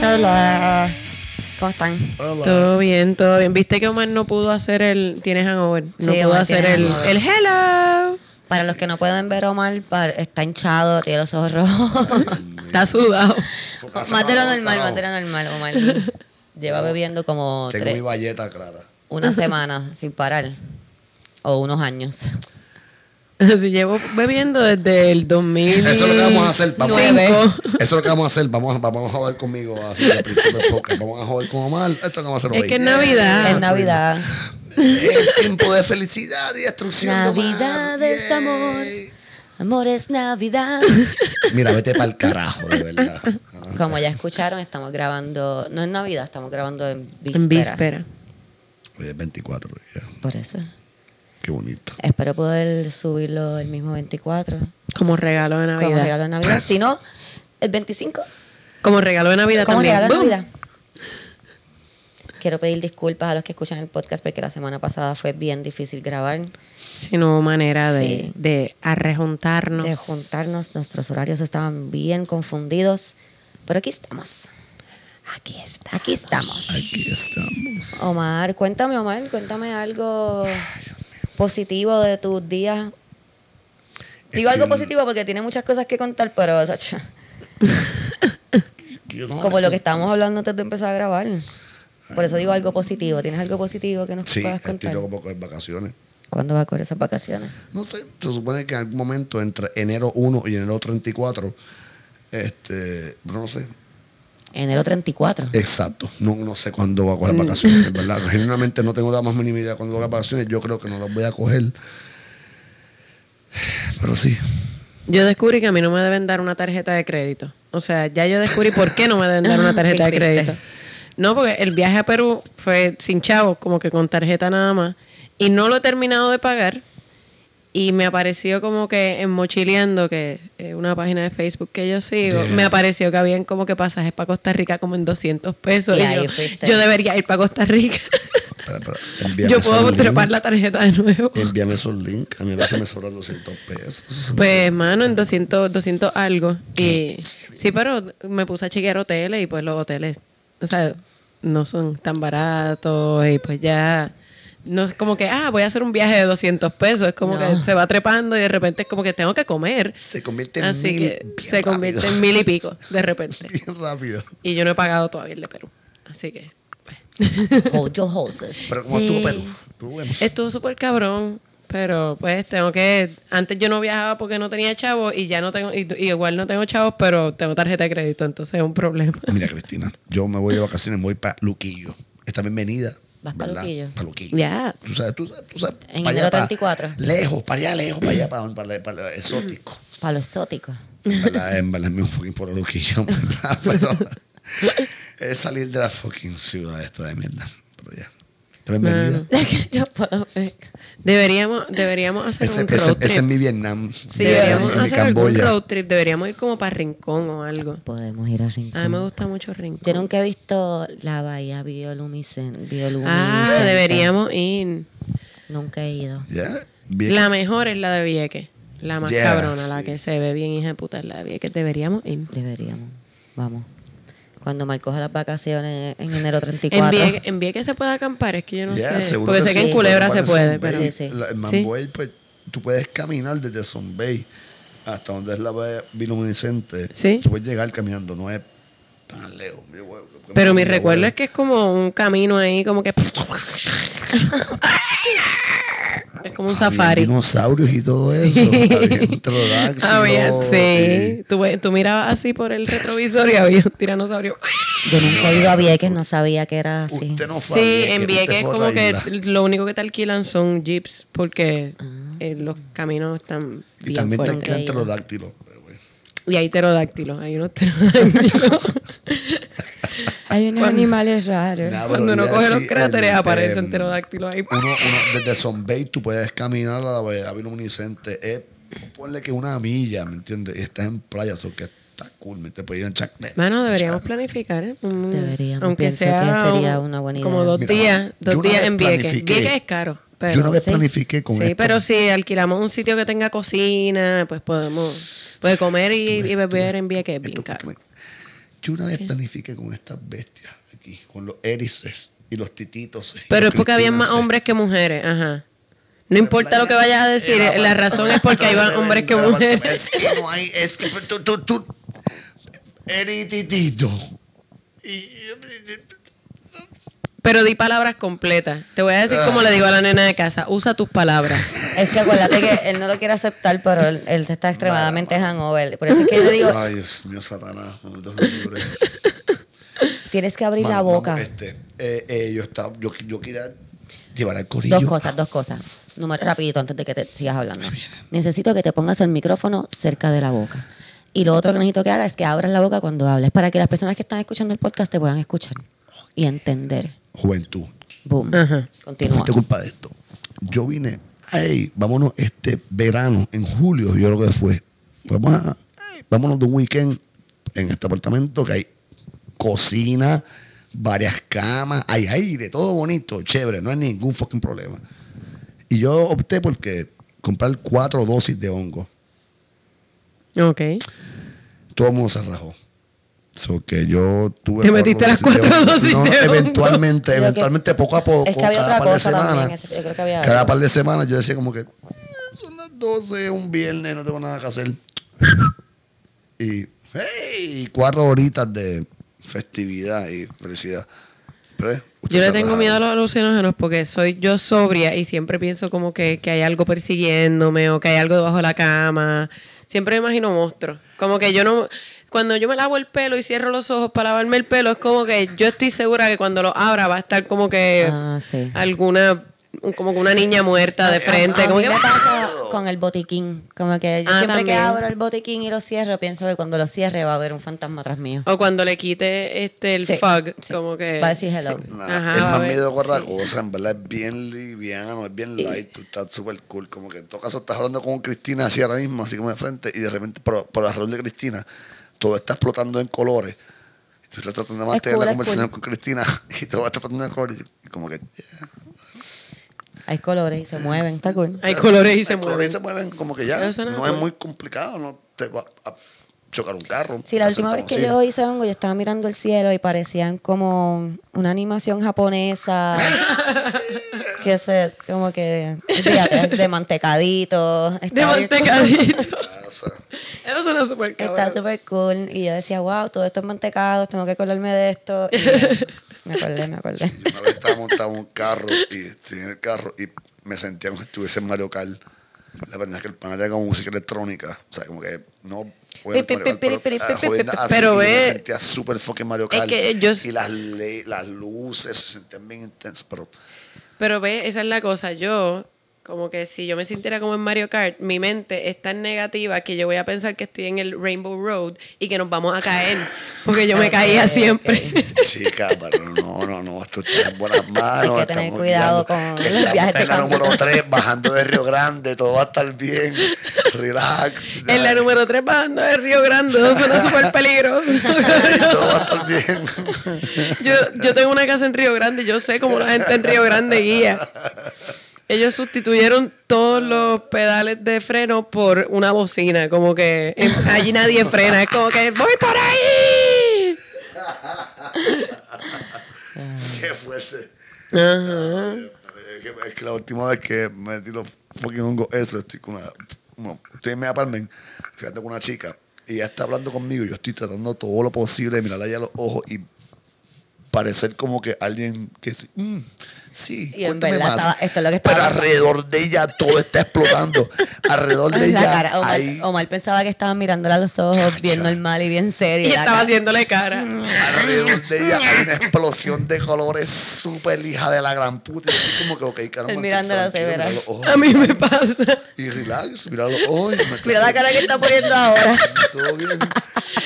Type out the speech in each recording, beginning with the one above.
Hola. ¿Cómo están? Todo bien, todo bien. ¿Viste que Omar no pudo hacer el... Tienes hangover. No Sí, pudo Omar hacer tiene el, hangover. el hello. Para los que no pueden ver a Omar, pa- está hinchado, tiene los ojos rojos. Está sudado. más de lo normal, más de lo normal, Omar. Lleva bebiendo como Tengo mi tres, valleta clara. una semana sin parar. O unos años. Si llevo bebiendo desde el 2000. Eso es lo que vamos a hacer. Vamos a, nueve. eso es lo que vamos a hacer. Vamos, a- vamos a joder conmigo así al principio del podcast. Vamos a joder con Omar. Esto es lo que vamos a hacer Es hoy. que es Ah, Navidad. es Navidad. Es tiempo de felicidad y destrucción. de Omar. Navidad es Yay. amor. Amor es Navidad. Mira, vete para el carajo, de verdad. Como ya escucharon, estamos grabando. No es Navidad, estamos grabando en víspera. En víspera. Hoy es 24. ya. Por eso. Qué bonito. Espero poder subirlo el mismo 24. Como regalo de Navidad. Como regalo de Navidad. Si no, el 25. Como regalo de Navidad Como también. regalo de ¡Bum! Navidad. Quiero pedir disculpas a los que escuchan el podcast porque la semana pasada fue bien difícil grabar, Si no hubo manera de, Sí. de arrejuntarnos. de juntarnos, nuestros horarios estaban bien confundidos, pero aquí estamos, Aquí está. aquí estamos. Aquí estamos. Omar, cuéntame Omar, cuéntame algo positivo de tus días. Digo algo positivo porque tiene muchas cosas que contar, pero o sea, ch- como lo que estábamos hablando antes de empezar a grabar. Por eso digo algo positivo. ¿Tienes algo positivo que nos Sí, puedas estoy contar? loco por coger vacaciones. ¿Cuándo vas a coger esas vacaciones? No sé, se supone que en algún momento entre enero 1 y enero 34, este, pero no sé, Enero 34. exacto, no, no sé cuándo voy a coger Mm. vacaciones, en ¿verdad? Generalmente no tengo la más mínima idea de cuándo voy a coger vacaciones, yo creo que no las voy a coger. Pero sí, Yo descubrí que a mí no me deben dar una tarjeta de crédito. O sea, ya yo descubrí por qué no me deben dar una tarjeta de ¿Qué crédito. hiciste? No, porque el viaje a Perú fue sin chavos, como que con tarjeta nada más. Y no lo he terminado de pagar. Y me apareció como que en Mochileando, que es una página de Facebook que yo sigo, Yeah. me apareció que habían como que pasajes para Costa Rica como en 200 pesos. Y Y ahí yo, fuiste. yo debería ir para Costa Rica. espera, espera, envíame yo esos puedo links, trepar la tarjeta de nuevo. Envíame esos links, a mí a veces me sobran 200 pesos. Eso es Pues, mano, en 200, 200 algo. Y, sí, pero me puse a chequear hoteles y pues los hoteles, o sea, no son tan baratos y pues ya... No es como que, ah, voy a hacer un viaje de 200 pesos. Es como No. que se va trepando y de repente es como que tengo que comer. Se convierte en Así mil. que bien se convierte rápido. en mil y pico de repente. Bien rápido. Y yo no he pagado todavía el de Perú. Así que... pues. Hold your horses. Pero como Sí. estuvo Perú, estuvo bueno. Estuvo súper cabrón, pero pues tengo que... Antes yo no viajaba porque no tenía chavos y ya no tengo... Y, y igual no tengo chavos, pero tengo tarjeta de crédito, entonces es un problema. Mira, Cristina, yo me voy de vacaciones, me voy para Luquillo. Está bienvenida. ¿Vas pa' Luquillo? Para Luquillo. Ya. Tú sabes, tú sabes, tú sabes. En pa' enero pa- 34. lejos, para allá, lejos, para allá, para donde, para, para exótico. Para lo exótico. En verdad, en verdad, me un fucking por Luquillo, en verdad, pero es salir de la fucking ciudad esta de mierda. Pero ya. Está bienvenida. Yo puedo ver. Deberíamos, deberíamos hacer Ese, un ese- road trip. ese es mi Vietnam. deberíamos mi, mi hacer algún Camboya. road trip. Deberíamos ir como para Rincón o algo. Podemos ir a Rincón. A mí me gusta mucho Rincón. Yo nunca he visto la bahía bioluminiscente. Ah, deberíamos ir. Nunca he ido. ¿Ya? Bien. La mejor es la de Vieques. La más Yeah, cabrona, la sí. que se ve bien hija de puta, es la de Vieques. Deberíamos ir. Deberíamos. Vamos. Cuando Omar coja las vacaciones en enero En 34. Vieques, en Vieques se puede acampar, es que yo no Ya, sé. seguro Porque sé que sí. en Culebra se Bueno, puede, pues. Sunbay, pero... Sí, sí. la- en Sí. Mamboy, pues, tú puedes caminar desde Sonbey hasta donde es la bahía biluminiscente. Sí. Tú puedes llegar caminando, no es tan lejos. mi huevo, Pero mi huevo. recuerdo es que es como un camino ahí, como que. es como un Habían safari. Ah, Dinosaurios y todo eso. Había un pterodáctilo, Había- sí. y- Tú, ve- tú mirabas así por el retrovisor y había un tiranosaurio. Yo nunca he ido a Vieques, no sabía que era así. Usted no fue a Sí, en usted Vieques es fue a como otra que isla. Ah. lo único que te alquilan son jeeps porque eh, los caminos están Y bien también te fuertes. alquilan Increíble. pterodáctilos. pero, güey. Y hay pterodáctilos, hay unos pterodáctilos. Hay unos animales raros. Nada, Ah, pero Cuando uno ya coge los sí, cráteres el, aparecen em, pterodáctilos ahí. Uno, uno, desde Sonbey tú puedes caminar a la bahía biluminiscente. Es, ponle que una milla, ¿me entiendes? Y estás en playa, eso que está cool. ¿me? Te puedes ir en chancleta. Mano, deberíamos planificar, ¿eh? Un- Deberíamos, Aunque pienso sea que sería un- una buena como idea. dos Mira, días, yo dos una días vez en Vieques. planifiqué- Vieques es caro, pero... Yo una vez sí. planifiqué con sí, esto. pero si alquilamos un sitio que tenga cocina, pues podemos... Pues comer y, y beber en Vieques es bien esto- caro. yo una vez planifiqué con estas bestias aquí, con los erices y los tititos. y Pero los es porque había más cristianas. hombres que mujeres, ajá. No importa lo que vayas a decir, eh, Era la parte- razón es porque hay Era hombres que parte- mujeres. Es que no hay, es que tú, tú, tú, erititito. Y- Pero di palabras completas. Te voy a decir como le digo a la nena de casa, usa tus palabras. Es que acuérdate que él no lo quiere aceptar, pero él, él está extremadamente hangover. Por eso es que yo digo, Ay, Dios mío, Satanás. no me dejes libre. tienes que abrir la Mano, boca. vamos, este, eh, eh, yo, estaba, yo, yo quería llevar al corillo. Dos cosas, dos cosas. Número, rapidito, antes de que te sigas hablando. Necesito que te pongas el micrófono cerca de la boca. Y lo otro que necesito que hagas es que abras la boca cuando hables, para que las personas que están escuchando el podcast te puedan escuchar y entender. Juventud. Boom. Ajá. Tú Continúa. fuiste culpa de esto. Yo vine, ay, vámonos este verano, en julio, yo creo que fue. Vamos a- ay, vámonos de un weekend en este apartamento que hay cocina, varias camas, hay aire, todo bonito, chévere, no hay ningún fucking problema. Y yo opté porque comprar cuatro dosis de hongo. Ok. todo el mundo se rajó. So que yo tuve. Te metiste cuatro las cuatro dosis No, de hongo. eventualmente, Lo que- eventualmente, poco a poco, es que había cada otra par de cosa también. semanas. ese- Yo creo que había Cada algo. par de semanas yo decía como que "Eh, son las 12, un viernes, no tengo nada que hacer. Y hey, cuatro horitas de festividad y felicidad. Pero, eh, Yo ustedes le se tengo rajaron. miedo a los alucinógenos porque soy yo sobria y siempre pienso como que, que hay algo persiguiéndome o que hay algo debajo de la cama. Siempre me imagino monstruos. Como que yo no... Cuando yo me lavo el pelo y cierro los ojos para lavarme el pelo, es como que yo estoy segura que cuando lo abra va a estar como que Ah, sí. alguna... Como que una niña muerta Ah, de frente. ah, A como mí que, me pasa con el botiquín. Como que yo Ah, siempre que también. abro el botiquín y lo cierro, pienso que cuando lo cierre va a haber un fantasma atrás mío. O cuando le quite este el Sí, fog, sí. como que. Va a decir hello. Sí. Nah, Ajá, es va a más ver, miedo con otra sí. cosa, en verdad es bien liviano, es bien light, tú estás súper cool. Como que en todo caso estás hablando con Cristina así ahora mismo, así como de frente, y de repente por, por la reunión de Cristina, todo está explotando en colores. Tú estás tratando de mantener cool, la es conversación cool. con Cristina y todo está explotando en colores. Y como que. yeah. Hay colores y se mueven. Está cool. Hay colores y se Los colores mueven. se mueven, como que ya. Pero eso no es No es cool. muy complicado, no te va a chocar un carro. Sí, la te última vez asaltan que así. yo hice hongo, yo estaba mirando el cielo y parecían como una animación japonesa. que se, como que, fíjate, de mantecadito. De Está bien cool. mantecadito. Pasa. Eso suena súper Está cabrón. súper cool. Y yo decía, wow, todo esto es mantecado, tengo que colarme de esto. Y eh, me acordé, me acordé. Yo Una vez estaba montado en un carro y estoy en el carro y me sentía como si estuviese en Mario Kart. La verdad es que el pana tenía como música electrónica. O sea, como que no. voy a Pi, pi, Mario Kart, pi, pero, pi, pi, ah, pi, jodiendo pi, así, pero y yo ve- me sentía súper fucking Mario Es Kart. que yo- Y las, le- las luces se sentían bien intensas. Pero Pero ve, esa es la cosa. Yo, como que si yo me sintiera como en Mario Kart, mi mente es tan negativa que yo voy a pensar que estoy en el Rainbow Road y que nos vamos a caer. Porque yo me Ok, caía ok. siempre. Chica, pero no, no, no, esto está en buenas Hay manos. que tener estamos cuidado guiando. con los Estamos viajes de en la camino. número 3, bajando de Río Grande, todo va a estar bien. Relax. En la número 3 bajando de Río Grande. Eso suena súper peligroso. Todo va a estar bien. Yo, yo tengo una casa en Río Grande, yo sé cómo la gente en Río Grande guía. Ellos sustituyeron todos los pedales de freno por una bocina, como que en- allí nadie frena, es como que voy por ahí. Qué fuerte. Ajá. Es que, es que la última vez que me metí los fucking hongos, eso, estoy con una. Bueno, estoy en Media Palmen, estoy hablando con una chica y ella está hablando conmigo. y Yo estoy tratando todo lo posible de mirarla allá a los ojos y parecer como que alguien que sí. mm, sí, Y en cuéntame verdad más. estaba- esto es lo que estaba Pero pasando. alrededor de ella todo está explotando. alrededor de La ella. cara. Omar, hay- Omar pensaba que estaba mirándola a los ojos, bien Chacha. normal y bien serio. Y La estaba cara- haciéndole cara. Alrededor de ella hay una explosión de colores súper hija de la gran puta. Y yo estoy como que, ok, caramba. Él estoy mirándola así, tranquilo, ¿verdad? mira los ojos. A mí me pasa. Y relax, mira los ojos. y me- Mira la cara que está poniendo ahora. Todo bien.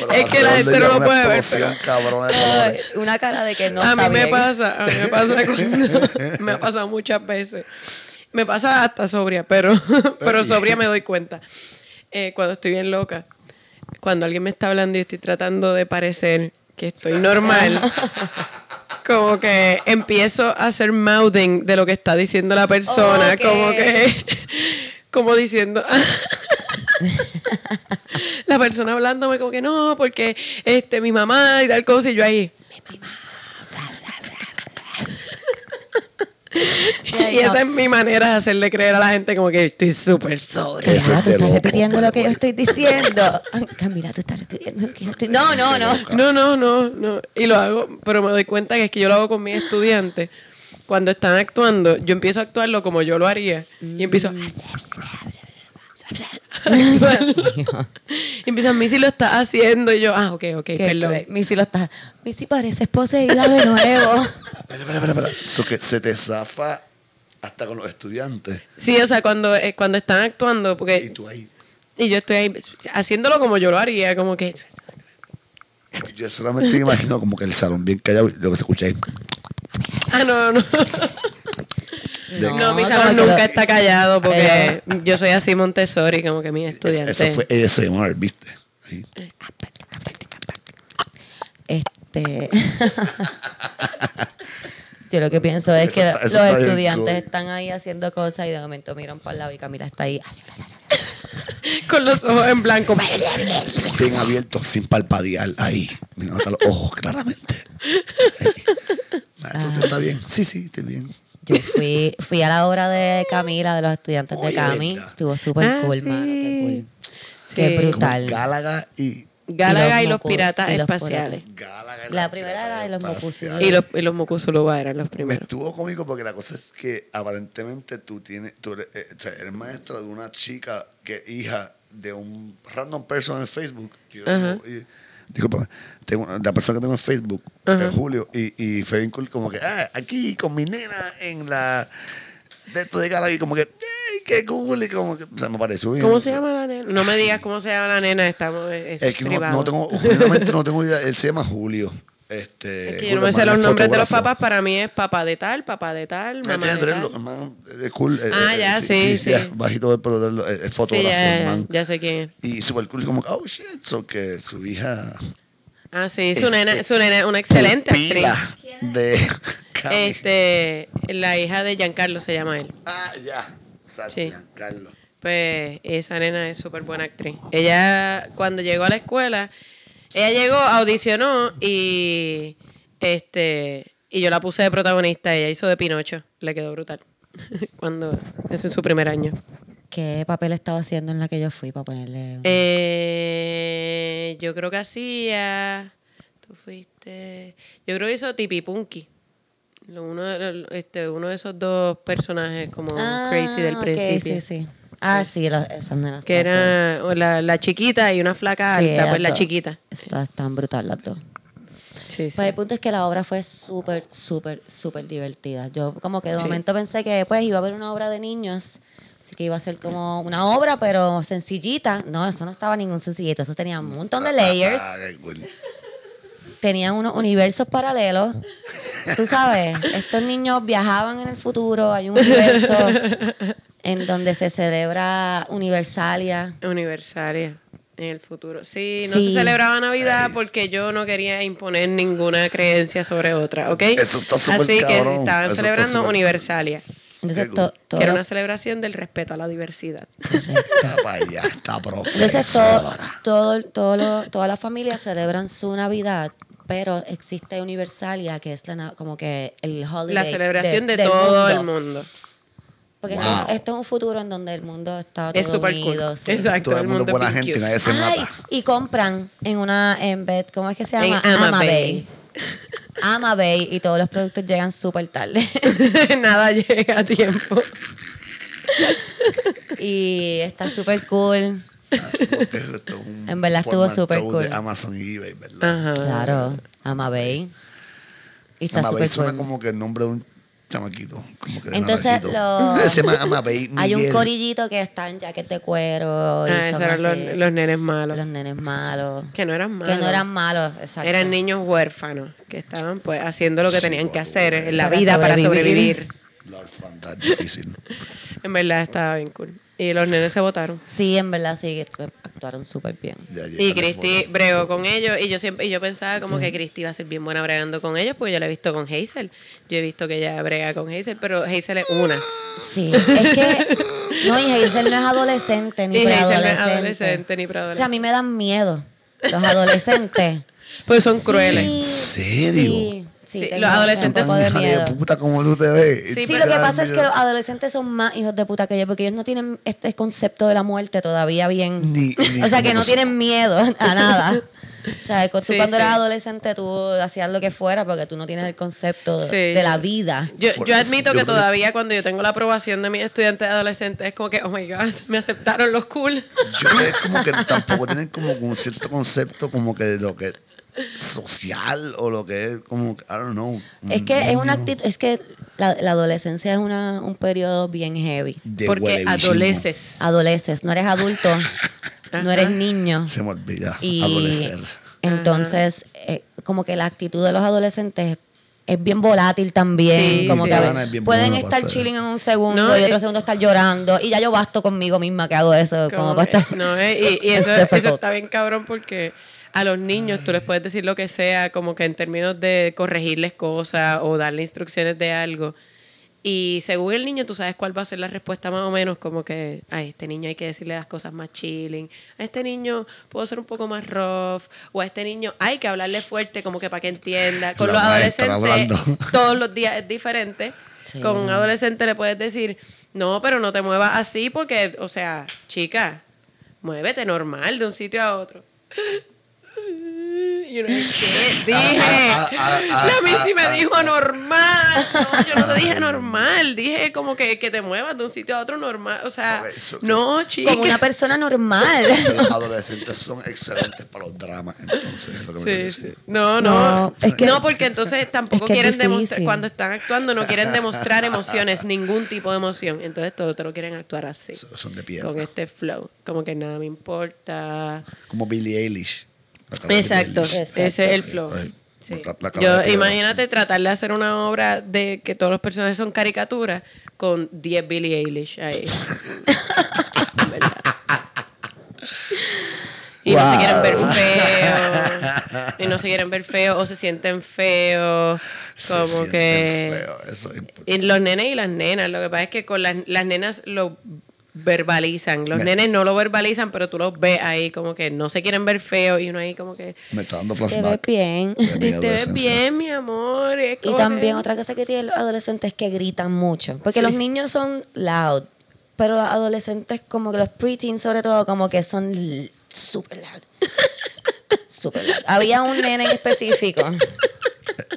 Pero Es que la alrededor gente de no ella lo una puede ver, explosión pero- cabrona de Ay, colores. Una cara de que no a está mí me bien. pasa, a mí me pasa cuando- me ha pasado muchas veces. Me pasa hasta sobria, pero, pero sobria me doy cuenta. Eh, cuando estoy bien loca, cuando alguien me está hablando y estoy tratando de parecer que estoy normal, como que empiezo a hacer mouthing de lo que está diciendo la persona, Ok. como que, como diciendo, la persona hablándome como que no, porque este, mi mamá y tal cosa, y yo ahí. Ya, Y ya. esa es mi manera de hacerle creer a la gente como que estoy súper sobria. Eso Camila, es tú de estás loco, repitiendo lo que yo güey. estoy diciendo. Ay, Camila, tú estás repitiendo lo que yo estoy No, no, no. No, no, no, no. Y lo hago, pero me doy cuenta que es que yo lo hago con mis estudiantes. Cuando están actuando, yo empiezo a actuarlo como yo lo haría. Y empiezo Mm. a... actuar. y empiezo, Missy lo está haciendo. Y yo, ah, ok, ok, Que perdón. Missy lo está. Missy parece poseída de nuevo. Espera, espera, espera, espera. Eso que se te zafa hasta con los estudiantes. Sí, o sea, cuando, eh, cuando están actuando, Y porque... tú ahí. Y yo estoy ahí haciéndolo como yo lo haría, como que... Yo solamente me imagino como que el salón bien callado y lo que se escucha ahí. Ah, no, no. No, "Ah, mi como salón que lo- nunca está callado porque yo soy así Montessori, como que mi estudiante. Eso fue ASMR, ¿viste? Ahí. Este. Yo lo que pienso es Eso que está- eso está los bien estudiantes cool. están ahí haciendo cosas y de momento miran para el lado y Camila está ahí. Con los ojos en blanco. Estén abiertos sin palpadear ahí. Me nota los ojos claramente. Ahí. Maestro, Ah. ¿usted está bien? Sí, sí, estoy bien. Yo fui, fui a la obra de Camila, de los estudiantes de Oye, Cami. ¿verdad? Estuvo súper Ah, cool, sí. mano. Qué cool. Sí. Qué Como brutal. Gálaga y... Gálaga y los, mocu- piratas y los espaciales. Gálaga y La las primera piratas era de los espaciales. mocucidos. Y los, y los Mocuzuluba eran los Me primeros. estuvo cómico porque la cosa es que aparentemente tú tienes, tú eres, eh, o sea, eres maestra de una chica que es hija de un random person en Facebook. que yo tengo, y- discúlpame, tengo una- la persona que tengo en Facebook, es Julio, y, y fue bien cool, como que, ah, aquí con mi nena en la de esto de Gala, y como que, ¡ay, qué cool! Y como que, o sea, me pareció bien. ¿Cómo se llama la nena? No me digas cómo se llama la nena, estamos es, Es que no, privado. no tengo, genuinamente no tengo idea, él se llama Julio. Este, Es que yo Julio, no me sé el man los es nombres de los fotógrafo. papás, para mí es papá de tal, papá de tal, Él mamá tiene de tres, tal. man, es cool. eh, Ah, eh, ya, sí, sí. es bajito él, pero él es, es Sí, eh, fotógrafo, ya, ya, man. ya sé quién es. Y super cool, como, oh shit, so que su hija. Ah, sí, su es- nena, es su nena es una excelente pupila actriz. de Cami. Este, la hija de Giancarlo se llama él. Ah, ya, San Sí. Carlos. Pues esa nena es súper buena actriz. Ella, cuando llegó a la escuela, ella llegó, audicionó y este y yo la puse de protagonista. Ella hizo de Pinocho. Le quedó brutal. cuando Eso en su primer año. ¿Qué papel estaba haciendo en la que yo fui para ponerle un- Eh, yo creo que hacía... Tú fuiste... Yo creo que hizo Tipipunki. Lo- Uno de, los- este, uno de esos dos personajes como crazy del Ah, ok, principio. Sí, sí. Ah, sí, los- esas nenas. Que están- era o la, la chiquita y una flaca Sí, alta, eran pues la dos. chiquita. Está- Están brutales las dos. Sí, sí. Pues el punto es que la obra fue súper, súper, súper divertida. Yo como que de momento pensé que pues iba a haber una obra de niños, así que iba a ser como una obra, pero sencillita. No, eso no estaba ningún sencillito, eso tenía un montón de layers, Ah, qué cool. tenían unos universos paralelos. Tú sabes, estos niños viajaban en el futuro, hay un universo en donde se celebra Universalia. Universaria en el futuro. Sí, no pues, Sí. se celebraba Navidad porque yo no quería imponer ninguna creencia sobre otra, ¿ok? Eso está súper Así cabrón. que estaban Eso está celebrando súper- Universalia, Entonces, Qué to- cool. todo que era una celebración del respeto a la diversidad. Está para allá, está Entonces todo, profesora. todo, todo lo- toda la familia celebran su Navidad, pero existe Universalia, que es la, na- como que el holiday. la celebración de, del todo el mundo. Porque Wow. esto, esto es un futuro en donde el mundo está todo Es súper cool. unido. sí. Exacto. Todo el mundo es es buena bien gente, cute. nadie se Ay, mata. y compran en una, en bed, ¿cómo es que se En llama? Amabay. Amabay y todos los productos llegan súper tarde. Nada llega a tiempo. y está súper cool. En En verdad estuvo súper cool. De Amazon y eBay, ¿verdad? Ajá. Claro, Amabay. Y está Amabey súper suena cool. como que el nombre de un chamaquito. Como que de Entonces, naranjito. lo- Se llama Amabey Hay un Miguel. corillito que está en jacket de cuero. y Ah, son esos eran así, los, los nenes malos. los nenes malos. Que no eran malos. Que no eran malos, exacto. Eran niños huérfanos que estaban pues haciendo lo que tenían que hacer en la Para vida para sobrevivir. sobrevivir. La orfandad difícil. En verdad estaba bien cool. Y los nenes se votaron. Sí, en verdad, sí, pues, actuaron súper bien. Ya llega Y la Cristi foto. bregó con ellos y yo siempre y yo pensaba como que Cristi iba a ser bien buena bregando con ellos porque yo la he visto con Hazel. Yo he visto que ella brega con Hazel, pero Hazel es una. Sí, es que. No, y Hazel no es adolescente ni Y Hazel no es preadolescente. adolescente ni O sea, a mí me dan miedo los adolescentes. Pues son crueles. ¿En serio? Sí, sí, Sí, tengo los un adolescentes poco Tan de hija miedo. de puta como tú te ves. Sí, Sí, Te lo que quedas pasa es que miedo. los adolescentes son más hijos de puta que yo, porque ellos no tienen este concepto de la muerte todavía bien. Ni- ni o sea, que no nosotros. tienen miedo a nada. O sea, cu- tú Sí, cuando sí. eras adolescente tú hacías lo que fuera porque tú no tienes el concepto Sí. de la vida. Yo, Fuerte, yo admito sí, yo que creo- todavía cuando yo tengo la aprobación de mis estudiantes adolescentes es como que, oh my God, me aceptaron los cool. Yo creo que es como que tampoco tienen como un cierto concepto como que de lo que es social o lo que es como, que, I don't know. Es que es una actitud, es que la, la adolescencia es una, un periodo bien heavy. de porque huelebismo. adoleces. Adoleces, no eres adulto, no eres niño. Se me olvida Y adolecer. entonces, eh, como que la actitud de los adolescentes es bien volátil también. Sí, como sí. que a Ana ver, es bien pueden buena para estar hacer. chilling en un segundo No, y otro eh, segundo estar llorando. Y ya yo basto conmigo misma que hago eso. Como, Como para que- estar- no, eh, y, y eso, Este fue eso todo. está bien cabrón porque a los niños tú les puedes decir lo que sea, como que en términos de corregirles cosas o darle instrucciones de algo. Y según el niño, tú sabes cuál va a ser la respuesta más o menos, como que a este niño hay que decirle las cosas más chilling, a este niño puedo ser un poco más rough, o a este niño hay que hablarle fuerte como que para que entienda. Con La los maestra adolescentes hablando. todos los días es diferente. Sí. Con un adolescente le puedes decir, no, pero no te muevas así porque, o sea, chica, muévete normal de un sitio a otro. Y uno, ¿qué? Dije, Ah, ah, ah, ah, la Missy ah, me ah, dijo normal. No, yo no te dije normal, dije como que, que te muevas de un sitio a otro normal. O sea, Ok, eso- no, chica. como una persona normal. Los adolescentes son excelentes para los dramas, entonces es lo que me Sí, quiero sí. decir. No, no. No, es que- no, porque entonces tampoco es que es quieren demostrar, difícil. cuando están actuando, no quieren demostrar emociones, ningún tipo de emoción. Entonces todo te lo quieren actuar así, So- Son de con piedra. este flow. Como que nada me importa. Como Billie Eilish. La cara de Exacto, Billie Eilish. ese es el Ay, flow. ay, Sí. la ca- la cara de Yo, piedra. imagínate tratar de hacer una obra de que todos los personajes son caricaturas con 10 Billie Eilish ahí. ¿Verdad? Y no se quieren ver Wow. feos. Y no se quieren ver feos o se sienten feos. Se Como sienten que. feo, eso es importante. Y los nenes y las nenas, lo que pasa es que con las, las nenas lo verbalizan, los Me- nenes no lo verbalizan, pero tú los ves ahí como que no se quieren ver feos y uno ahí como que Me está dando Te ves flashback. bien. de mi te ves adolescencia. bien, mi amor. es Y como también que- otra cosa que tienen los adolescentes es que gritan mucho. Porque los niños son loud, pero los adolescentes, como que los preteens sobre todo, como que son l- super loud. super loud. Había un nene en específico.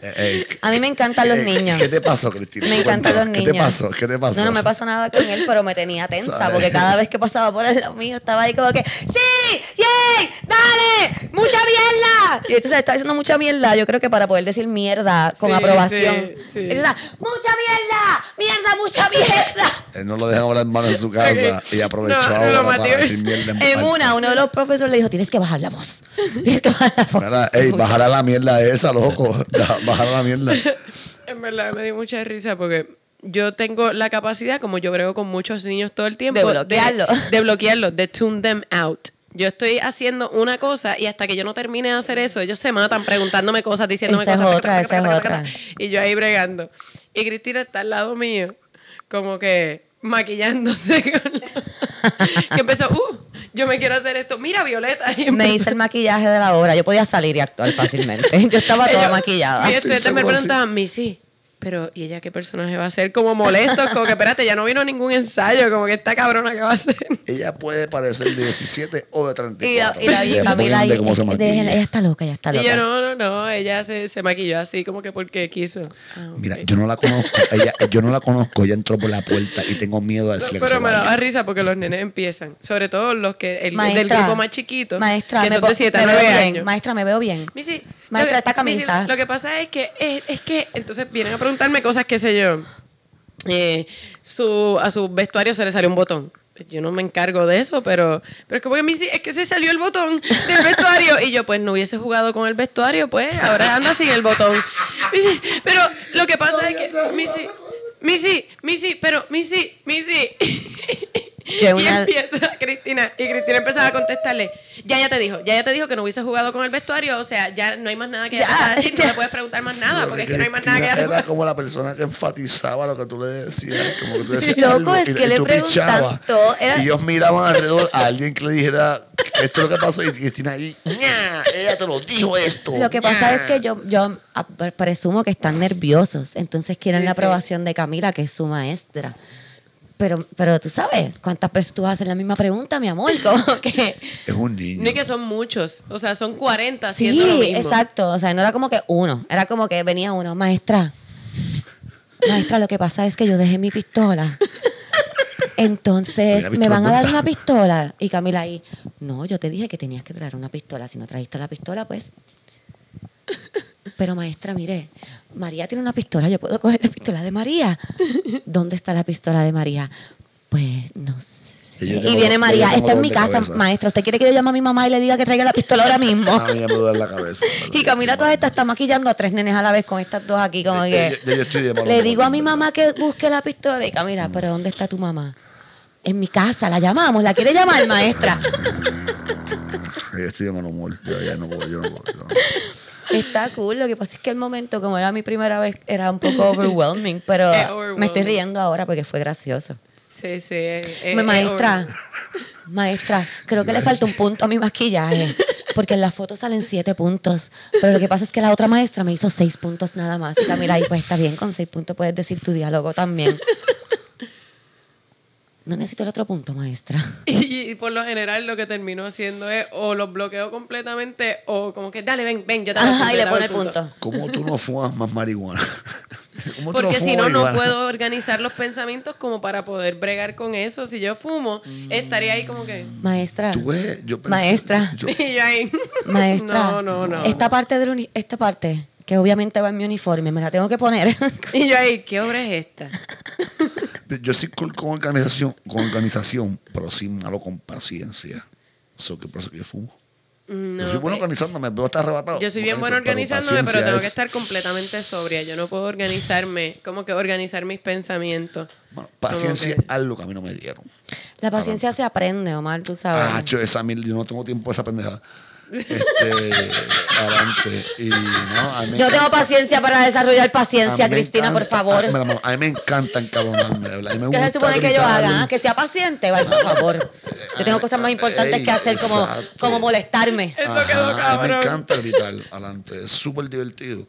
Eh, eh, A mí me encantan los eh, niños. ¿Qué te pasó, Cristina? Me encantan los Cuéntame, niños. ¿Qué te pasó? ¿Qué te pasó? No, no me pasó nada con él, pero me tenía tensa ¿Sabes? porque cada vez que pasaba por el lado mío estaba ahí como que ¡Sí! ¡Yay! ¡Dale! ¡Mucha mierda! Y entonces estaba diciendo mucha mierda, yo creo que para poder decir mierda con Sí, aprobación. sí, sí. Y entonces, ¡Mucha mierda! ¡Mierda, mucha mierda! Él Eh, no lo dejan hablar mal en su casa Ok. y aprovechó No, no, ahora Mateo. para decir mierda voz En alta. una, uno de los profesores le dijo, tienes que bajar la voz. Tienes que bajar la voz. Mira, ey, bájala la mierda esa, loco. Da- Bájala la mierda. En verdad me dio mucha risa porque yo tengo la capacidad, como yo brego con muchos niños todo el tiempo, De bloquearlo. De, de bloquearlo, de tune them out. Yo estoy haciendo una cosa y hasta que yo no termine de hacer eso, ellos se matan preguntándome cosas, diciéndome Esa es cosas. taca, taca, otra, esa es taca, taca, otra. taca, Y yo ahí bregando. Y Cristina está al lado mío, como que maquillándose. con la- que empezó, uh, yo me quiero hacer esto. Mira, Violeta. Y Me hice el maquillaje de la hora. Yo podía salir y actuar fácilmente. Yo estaba toda ellos- maquillada. Y ustedes Estoy me seguro, preguntaban, Missy, pero ¿y ella qué personaje va a ser? Como molestos, como que espérate, ya no vino ningún ensayo, como que esta cabrona que va a ser. Ella puede parecer de 17 o de Y la, 34. y la, Depende a mí la- de cómo se maquilla. déjenla, eh, ella está loca, ella está Y loca. yo, no, no, no, ella se, se maquilló así como que porque quiso. Ah, ok. Mira, yo no la conozco. Ella, yo no la conozco. Ella entró por la puerta y tengo miedo No, de decirle que se pero me vaya. daba risa porque los nenes empiezan, sobre todo los que el, del Maestra, grupo más chiquito, maestra, que me son po- de 7 a me 9 veo años. bien, maestra, me veo bien. Missy, lo Maestra, que- esta camisa. Missy, lo que pasa es que, eh, es, es que, entonces vienen a preguntarme cosas, qué sé yo. Eh, su, a su vestuario se le salió un botón. Pues Yo no me encargo de eso, pero, pero es como que me dice, es que se salió el botón del vestuario. Y yo, pues no hubiese jugado con el vestuario, pues ahora anda sin el botón. Missy, pero lo que pasa es que, Missy, Missy, Missy, pero Missy, Missy. que una. Y empieza Cristina, y Cristina empezaba a contestarle, ya ya te dijo, ya ya te dijo que no hubiese jugado con el vestuario, o sea, ya no hay más nada que ya, Ya, te pueda decir, ya. no le puedes preguntar más nada, Sí, porque es que no hay más nada Cristina que ya te pueda- Era como la persona que enfatizaba lo que tú le decías. Como que tú decías Loco, algo es y- que y le tú preguntan pichabas. todo, era- Y ellos miraban alrededor a alguien que le dijera, esto es lo que pasó. Y Cristina ahí, "Ña, ella te lo dijo esto. Lo que pasa ña". es que yo, yo ah, presumo que están nerviosos, entonces quieren Sí, la sí. aprobación de Camila, que es su maestra. Pero, pero tú sabes, ¿cuántas veces tú vas a hacer la misma pregunta, mi amor? Como que... Es un niño. No es que son muchos, o sea, son 40 Sí, haciendo lo mismo. exacto. O sea, no era como que uno, era como que venía uno, maestra. Maestra, lo que pasa es que yo dejé mi pistola. Entonces, Mira, ¿me pistola van a dar puesta. una pistola? Y Camila ahí, no, yo te dije que tenías que traer una pistola. Si no trajiste la pistola, pues... Pero maestra, mire, María tiene una pistola, yo puedo coger la pistola de María. ¿Dónde está la pistola de María? Pues no sé. Sí, yo Y tengo- viene yo María, esta tengo es dolor mi de casa, cabeza. maestra. ¿Usted quiere que yo llame a mi mamá y le diga que traiga la pistola ahora mismo? A mí ya me duele la cabeza. Y Camila todas estas está maquillando a tres nenes a la vez con estas dos aquí, como Eh, que. eh, yo- yo estoy de mal Le humor, digo a mi en verdad. mamá que busque la pistola y Camila, pero ¿dónde está tu mamá? En mi casa, la llamamos, la quiere llamar maestra. Yo estoy de mal humor. Yo ya no puedo, yo no puedo. yo no. Está cool, lo que pasa es que el momento, como era mi primera vez, era un poco overwhelming, pero Es overwhelming. me estoy riendo ahora porque fue gracioso. Sí, sí. es- es- Me- maestra, es- maestra, creo que le falta un punto a mi maquillaje. Porque en la foto salen siete puntos. Pero lo que pasa es que la otra maestra me hizo seis puntos nada más. Y Camila, ahí pues está bien, con seis puntos puedes decir tu diálogo también. No necesito el otro punto, maestra. Y, y por lo general lo que termino haciendo es o los bloqueo completamente o como que dale, ven, ven, yo te doy el Ajá, y punto, le te doy pone el punto. ¿Cómo tú no fumas más marihuana? ¿Cómo tú Porque si no, fumas no marihuana? puedo organizar los pensamientos como para poder bregar con eso. Si yo fumo, Mm. estaría ahí como que... Maestra. Tú ves, yo pensé- Maestra. yo- Y yo ahí... Maestra. No, no, no. Esta parte del uni- esta parte, que obviamente va en mi uniforme, me la tengo que poner. Y yo ahí, ¿qué obra es esta? Yo sí con, con organización, con organización, pero sí malo con paciencia. Eso que por eso que yo fumo. No, yo soy bueno pues, organizándome, pero está arrebatado. yo soy bien Por buena eso, organizándome, pero, paciencia tengo que es- estar completamente sobria. Yo no puedo organizarme, como que organizar mis pensamientos. bueno, paciencia Como es algo que a mí no me dieron. La paciencia se aprende, Omar, tú sabes. Ah, cho, esa mil, yo no tengo tiempo de esa pendejada. Este, adelante. Y, no, a mí me Yo tengo encanta- paciencia para desarrollar a paciencia, mí me Cristina, por encanta- favor. A, mira, mamá, a mí me encanta encabronarme. de verdad. A mí me ¿Qué se gusta supone que yo gritarle. haga? ah? Que sea paciente. Ay, por favor. Yo tengo cosas más importantes Ey, que hacer como, exacto. como molestarme. Eso quedó Ajá, a mí me cabrón. encanta gritar adelante. Es súper divertido.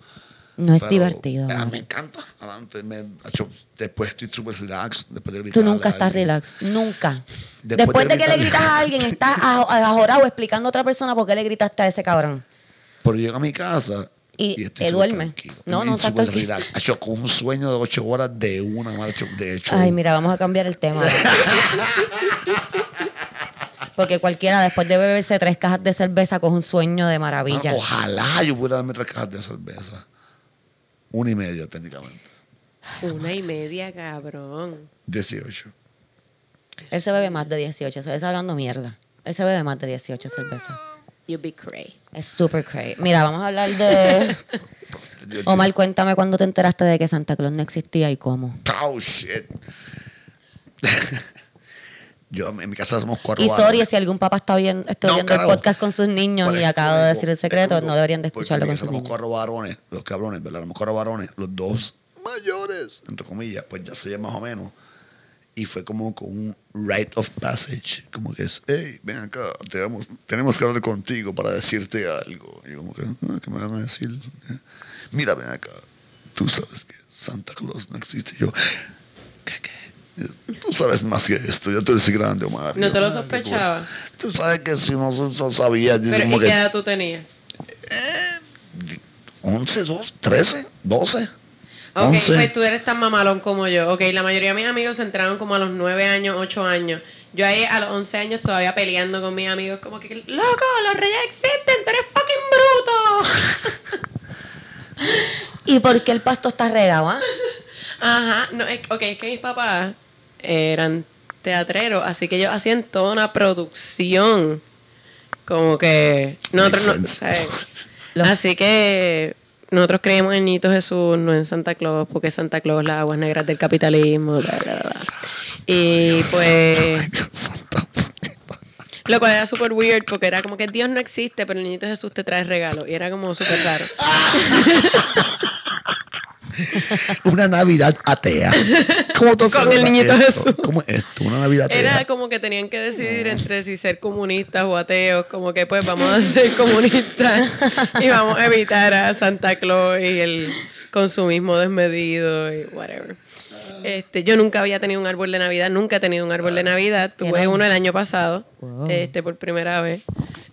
No es Pero, divertido. ah, amor. me encanta. Adelante. me- acho, después estoy súper relax. Después de gritar. Tú nunca estás relax. Nunca. Después Después de de que le gritar- gritas a alguien, estás ajo- ajorado explicando a otra persona por qué le gritaste a ese cabrón. Pero llego a mi casa. Y Y, estoy te súper duerme. tranquilo. No, Y no, estás súper tranquilo. relax. Acho, con un sueño de ocho horas de una marcha. De hecho. Ay, mira, vamos a cambiar el tema. Porque cualquiera después de beberse tres cajas de cerveza coge un sueño de maravilla. Ah, ojalá yo pudiera darme tres cajas de cerveza. Una y media, técnicamente. Una y media, cabrón. 18. Él se bebe más de 18. Se está hablando mierda. Él se bebe más de 18 cervezas. You be cray. Es super crazy. Mira, vamos a hablar de. Omar, cuéntame cuándo te enteraste de que Santa Claus no existía y cómo. Oh, shit. Yo, en mi casa somos cuatro Y varones. sorry si algún papá está bien, está No, oyendo carajo. el podcast con sus niños Por y eso acabo de digo, decir el secreto, es duro, no deberían de porque escucharlo con porque sus somos niños. cuatro varones, los cabrones, ¿verdad? Somos cuatro varones, los dos mayores, entre comillas, pues ya se llama más o menos. Y fue como con un rite of passage, como que es, hey, ven acá, te vamos- tenemos que hablar contigo para decirte algo. Y como que, "Ah, ¿qué me van a decir? Mira, ven acá, tú sabes que Santa Claus no existe. Y yo, ¿qué, qué? Tú sabes más que esto, yo te soy grande, Omar. No Yo, te lo "Ah, qué cool". sospechaba. Tú sabes que si no so- so- sabías, yo Pero, como ¿y que eh, qué edad tú tenías? 11, 12, 13, 12. Ok, 11. pues tú eres tan mamalón como yo. Ok, la mayoría de mis amigos se entraron como a los 9 años, 8 años. Yo ahí a los 11 años todavía peleando con mis amigos, como que, loco, los reyes existen, tú eres fucking bruto. ¿Y por qué el pasto está regado? ah? Ajá, no, es, ok, es que mis papás eran teatreros, así que ellos hacían toda una producción. Como que nosotros no, Makes sense. ¿sabes? Así que nosotros creemos en Nito Jesús, no en Santa Claus, porque Santa Claus las aguas negras del capitalismo. bla, bla, bla. Y Ay, pues, Dios santo. lo cual era súper weird porque era como que Dios no existe, pero el niñito Jesús te trae regalo. Y era como súper raro. Una Navidad atea. ¿Cómo Con tú celebras el niñito esto? Jesús. ¿Cómo es esto? Una Navidad Era atea. como que tenían que decidir entre si ser comunistas o ateos, como que pues vamos a ser comunistas y vamos a evitar a Santa Claus y el consumismo desmedido y whatever. Este, yo nunca había tenido un árbol de Navidad, nunca he tenido un árbol de Navidad. Tuve Era un- uno el año pasado, Wow. este, por primera vez.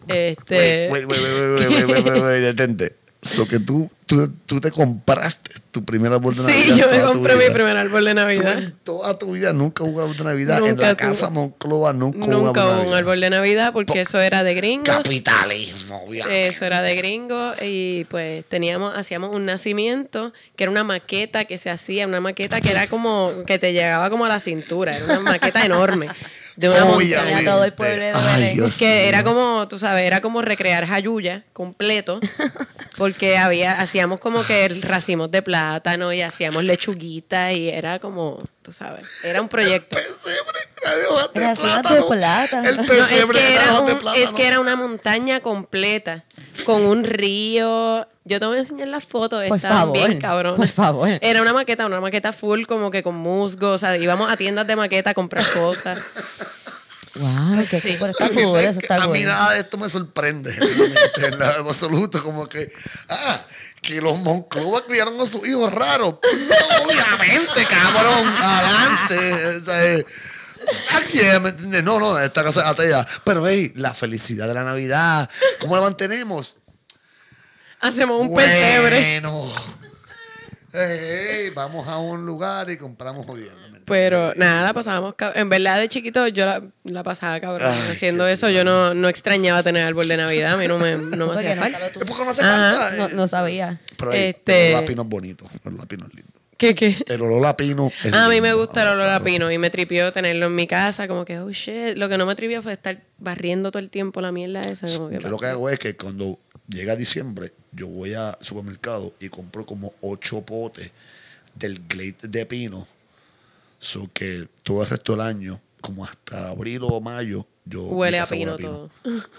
Wait, Este, wait, wait, wait, wait, wait, wait, wait, wait, detente. So que tú, tú, tú te compraste tu primera árbol de Navidad. sí, yo me toda tu compré mi vida. primer árbol de Tú Navidad. en toda tu vida nunca hubo árbol de Navidad. en Nunca la tuve. casa Moncloa nunca, hubo Nunca árbol de hubo un Navidad. árbol de Navidad porque eso era de gringos. Capitalismo, obviamente. Eh, Eso era de gringo y pues teníamos, hacíamos un nacimiento que era una maqueta que se hacía, una maqueta que era como, que te llegaba como a la cintura, era una maqueta enorme. De una montaña. Obviamente. todo el pueblo de Ay, Belén. Dios que era mío. como, tú sabes, era como recrear Jayuya completo, porque había, hacíamos como que racimos de plátano y hacíamos lechuguitas y era como, tú sabes, era un proyecto. pesebre era de hojas de Era así, hojas de plátano. plátano. El No, es No, es, pesebre que era de era hojas de un- plátano. es que era una montaña completa con un río. Yo te voy a enseñar las fotos. Por estaban favor, bien, cabrón. por favor. Era una maqueta, una maqueta full, como que con musgo. O sea, íbamos a tiendas de maqueta a comprar cosas. Wow, qué Sí. cool, pero La está verdad cool, es eso que está a mí cool. nada de esto me sorprende realmente, en lo absoluto como que ah que los Moncloa criaron a sus hijos raros No, obviamente cabrón adelante o sea, eh, aquí, eh, ¿me entiendes? no no esta casa es atea pero hey la felicidad de la Navidad cómo la mantenemos Hacemos un pesebre. bueno Ey, ey, vamos a un lugar y compramos jodiendo Pero nada, pues, la pasábamos. cab- En verdad, de chiquito yo la, la pasaba cabrón. Ay, Haciendo qué eso, yo no, no extrañaba tener árbol de Navidad. A mí no me, no me Porque hacía no falta. estaba es porque no hace Ajá, falta No, eh. no sabía. pero, hey, Este- el olor a pino es bonito el olor a pino es lindo ¿Qué, qué? El ah, olor a pino. es A mí lindo. me gusta el olor a pino y me tripió tenerlo en mi casa, como que, oh shit. Lo que no me tripió fue estar barriendo todo el tiempo la mierda esa. Como que, Yo lo que hago es que cuando llega diciembre, yo voy al supermercado y compro como ocho potes del glade de pino. So que todo el resto del año, como hasta abril o mayo, yo. mi huele a casa pino todo.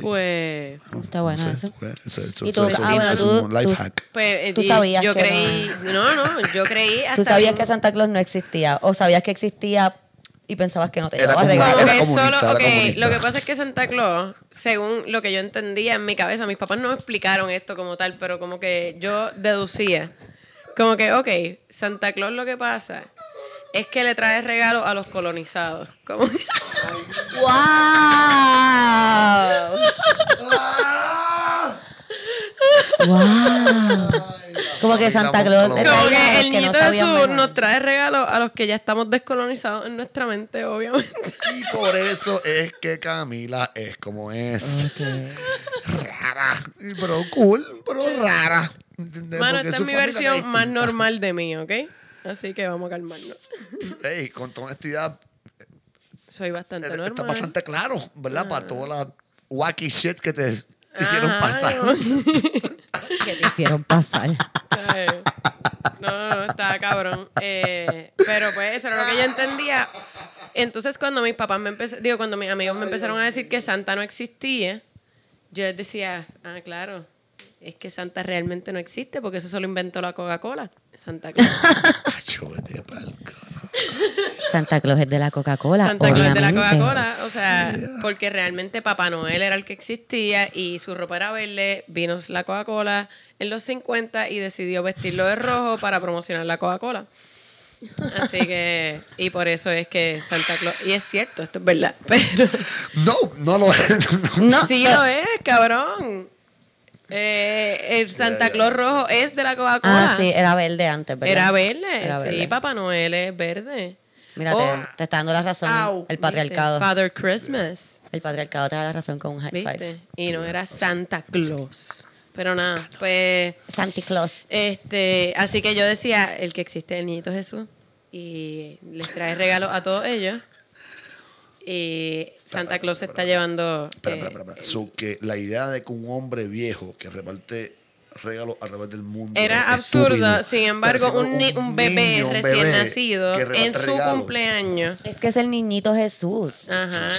pues, Está bueno No sé, eso. pues, eso- eso- Y tú- eso- eso- ah, bueno, eso es un tú- life tú- hack. pues, Tú y sabías yo que creí, no. no, yo creí hasta. ¿Tú sabías bien- que Santa Claus no existía? ¿O sabías que existía y pensabas que no te Era llevaba como- regalo? Como Era que comunista, solo, era ok, comunista. lo que pasa es que Santa Claus, según lo que yo entendía en mi cabeza, mis papás no me explicaron esto como tal, pero como que yo deducía, como que, ok, Santa Claus lo que pasa es que le trae regalos a los colonizados. Como que- ¡Wow! ¡Ah! ¡Wow! Como que Santa Claus le Como traía a que el los que no niñito Jesús sabían mejor. nos trae regalos a los que ya estamos descolonizados en nuestra mente, obviamente. Y por eso es que Camila es como es. Rara. Pero cool, pero rara. ¿Entiendes? Mano, Porque esta su es mi familia era versión más distinta. normal de mí, ¿ok? Así que vamos a calmarnos. Ey, con toda honestidad, Soy bastante eh, normal. está bastante claro, ¿verdad? Para toda la wacky shit que te hicieron Ajá, pasar. no. Que te hicieron pasar. Ay, No, no, no, estaba cabrón. Eh, pero pues eso era lo que yo entendía. Entonces cuando mis papás me empezaron, digo, cuando mis amigos me empezaron a decir que Santa no existía, yo les decía, ah, claro, es que Santa realmente no existe porque eso solo inventó la Coca-Cola. Santa Claus. Cacho, vete pa'l carajo. Santa Claus es de la Coca-Cola. Santa Claus de la obviamente. Coca-Cola, o sea, porque realmente Papá Noel era el que existía y su ropa era verde, vino la Coca-Cola en los 50 y decidió vestirlo de rojo para promocionar la Coca-Cola. Así que, y por eso es que Santa Claus, y es cierto, esto es verdad, pero No, no lo es. No, sí lo es, cabrón. Eh, el Santa Claus rojo es de la Coca-Cola. Ah, sí, era verde antes, ¿verdad? Era verde, Era sí, verde. Papá Noel es verde. Mira, Oh, te, te está dando la razón. au, el ¿viste? patriarcado. Father Christmas. El patriarcado te da la razón con un high ¿Viste? five. Y no era Santa Claus. Pero nada, pues, Santa Claus. este, así que yo decía, el que existe es el niñito Jesús. Y les trae regalos a todos ellos. Y Santa Claus se está llevando. Espera, eh, espera, espera, espera. So que la idea de que un hombre viejo que reparte regalos a través del mundo. Era Es absurdo, estúpido. sin embargo, Pero un, si ni- fuera un bebé niño, un recién bebé nacido que regala en su regalos. cumpleaños. Es que es el niñito Jesús. Ajá.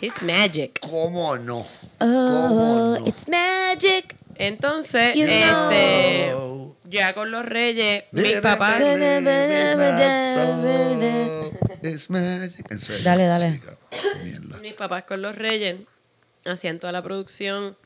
It's magic. ¿Cómo no? Oh, ¿Cómo no? it's magic. Entonces, You know. este, ya con los reyes, mis papás. It's magic. En serio, Dale, dale. sí, cabrón, mierda. Mis papás con los Reyes hacían toda la producción,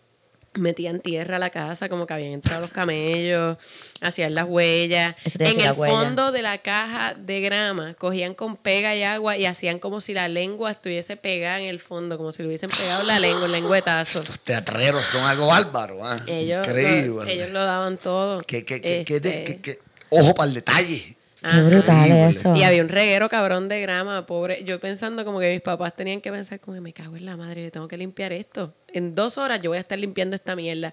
metían tierra a la casa, como que habían entrado los camellos, hacían las huellas. Eso te iba a En decir, el la huella. fondo de la caja de grama, cogían con pega y agua y hacían como si la lengua estuviese pegada en el fondo, como si le hubiesen pegado la lengua, el lengüetazo. Estos teatreros son algo bárbaro. ¿ah? Ellos, lo, Increíble. ellos lo daban todo. Que- que- que- que de- Este, que- que- Ojo para el detalle. Qué brutal Increíble. eso. Ah, Y había un reguero cabrón de grama, pobre. Yo pensando como que mis papás tenían que pensar como que me cago en la madre, yo tengo que limpiar esto. En dos horas yo voy a estar limpiando esta mierda.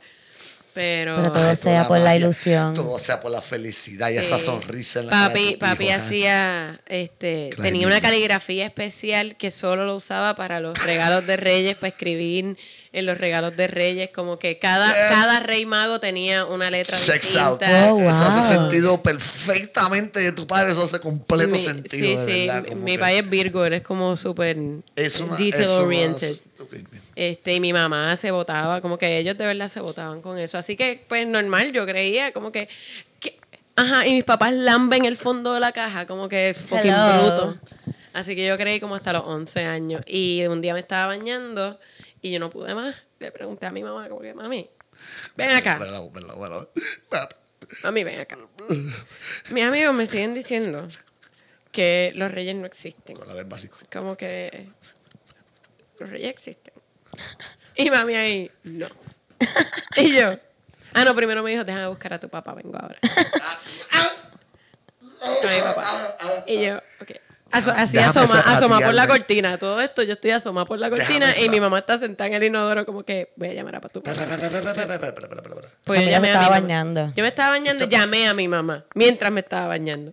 Pero... este, Pero todo Ay, sea toda por la magia, ilusión. Todo sea por la felicidad y sí. esa sonrisa en la cara de Papi, tu papi hijo, ¿ah? hacía, este, Claro, tenía una mira. caligrafía especial que solo lo usaba para los regalos de reyes, para escribir en los regalos de reyes, como que cada, Yeah. cada rey mago tenía una letra Sex out. distinta. Oh, Eso hace wow. sentido perfectamente de tu padre. Eso hace completo Mi- sentido. sí, de sí, verdad, como mi que país es Virgo, él es como súper es una- detail es una- oriented. ok, bien. Este, y mi mamá se votaba, como que ellos de verdad se votaban con eso. Así que, pues, normal, yo creía, como que. que- ajá, y mis papás lamben el fondo de la caja, como que fucking Hello. bruto. Así que yo creí como hasta los 11 años. Y un día me estaba bañando y yo no pude más. Le pregunté a mi mamá, como que, mami, ven acá, Bueno, bueno, bueno. mami, ven acá. Mis amigos me siguen diciendo que los reyes no existen Con la vez básico. como que los reyes existen. Y mami ahí, no. Y yo, ah, no, primero me dijo, déjame buscar a tu papá, vengo ahora. No hay papá. Y yo, ok. Aso- así Déjame asoma, zapatearme. asoma por la cortina. Todo esto, yo estoy asoma por la cortina Déjame y mi zap- mamá está sentada en el inodoro como que voy a llamar a tu papá. Pues Camila se llamé a estaba mi mamá. bañando. Yo me estaba bañando y llamé a mi mamá mientras me estaba bañando.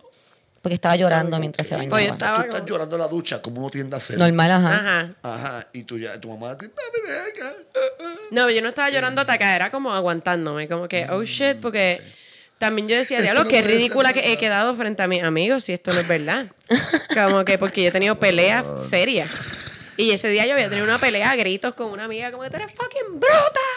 Porque estaba llorando mientras se Pues yo bañaba. estaba Tú estás como- llorando en la ducha, como uno tiende a hacer. Normal, ajá. Ajá. Ajá, y tu, ya, tu mamá te mami, ven acá. No, yo no estaba llorando hasta acá, era como aguantándome, como que, oh shit, porque también yo decía, diablo, Mm. no qué puede ser ridícula que he verdad". quedado frente a mis amigos si esto no es verdad. Como que, porque yo he tenido peleas serias. Y ese día yo había tenido una pelea a gritos con una amiga, como que tú eres fucking bruta.